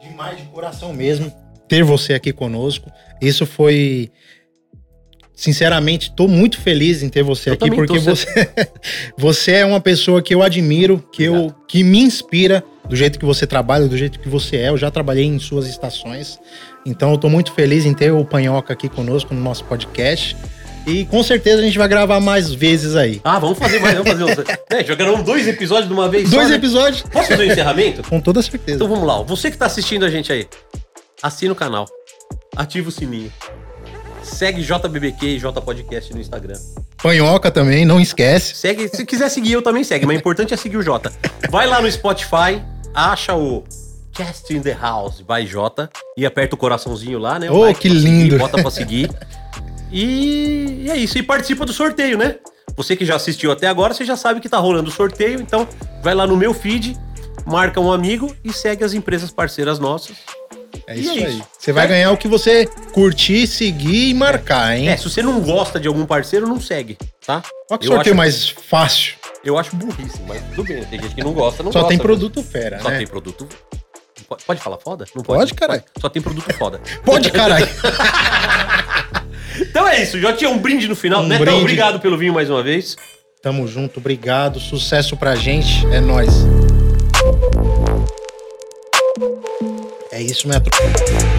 Demais de coração mesmo ter você aqui conosco. Isso foi. Sinceramente, tô muito feliz em ter você Eu aqui, também porque tô, você, você é uma pessoa que eu admiro, que, eu, que me inspira do jeito que você trabalha, do jeito que você é. Eu já trabalhei em suas estações. Então eu tô muito feliz em ter o Panhoca aqui conosco no nosso podcast. E com certeza a gente vai gravar mais vezes aí. Ah, vamos fazer mais, vamos fazer uns... né? Já gravamos dois episódios de uma vez Dois só, né? episódios? Posso fazer o encerramento? Com toda certeza. Então vamos lá, ó. você que tá assistindo a gente aí, assina o canal, ativa o sininho, segue JBBQ e J Podcast no Instagram. Panhoca também, não esquece. Segue, se quiser seguir, eu também segue, mas o importante é seguir o Jota. Vai lá no Spotify, acha o Cast in the House vai Jota e aperta o coraçãozinho lá, né? O Oh, like que pra seguir, lindo. bota pra seguir. E é isso, e participa do sorteio, né? Você que já assistiu até agora, você já sabe que tá rolando o sorteio, então vai lá no meu feed, marca um amigo e segue as empresas parceiras nossas. É E isso é aí. isso. Você vai É. ganhar o que você curtir, seguir e marcar, hein? É, se você não gosta de algum parceiro, não segue, tá? Qual que é eu, sorteio acho, mais fácil? eu acho burrice, mas tudo bem, tem gente que não gosta, não Só gosta. tem né? produto fera, Só né? tem produto. Pode, pode falar foda? Não Pode, caralho. Só tem produto foda. Pode, caralho. Então é isso, já tinha um brinde no final, Um né? brinde. Então, obrigado pelo vinho mais uma vez. Tamo junto, obrigado. Sucesso pra gente. É nóis. É isso, minha tropa.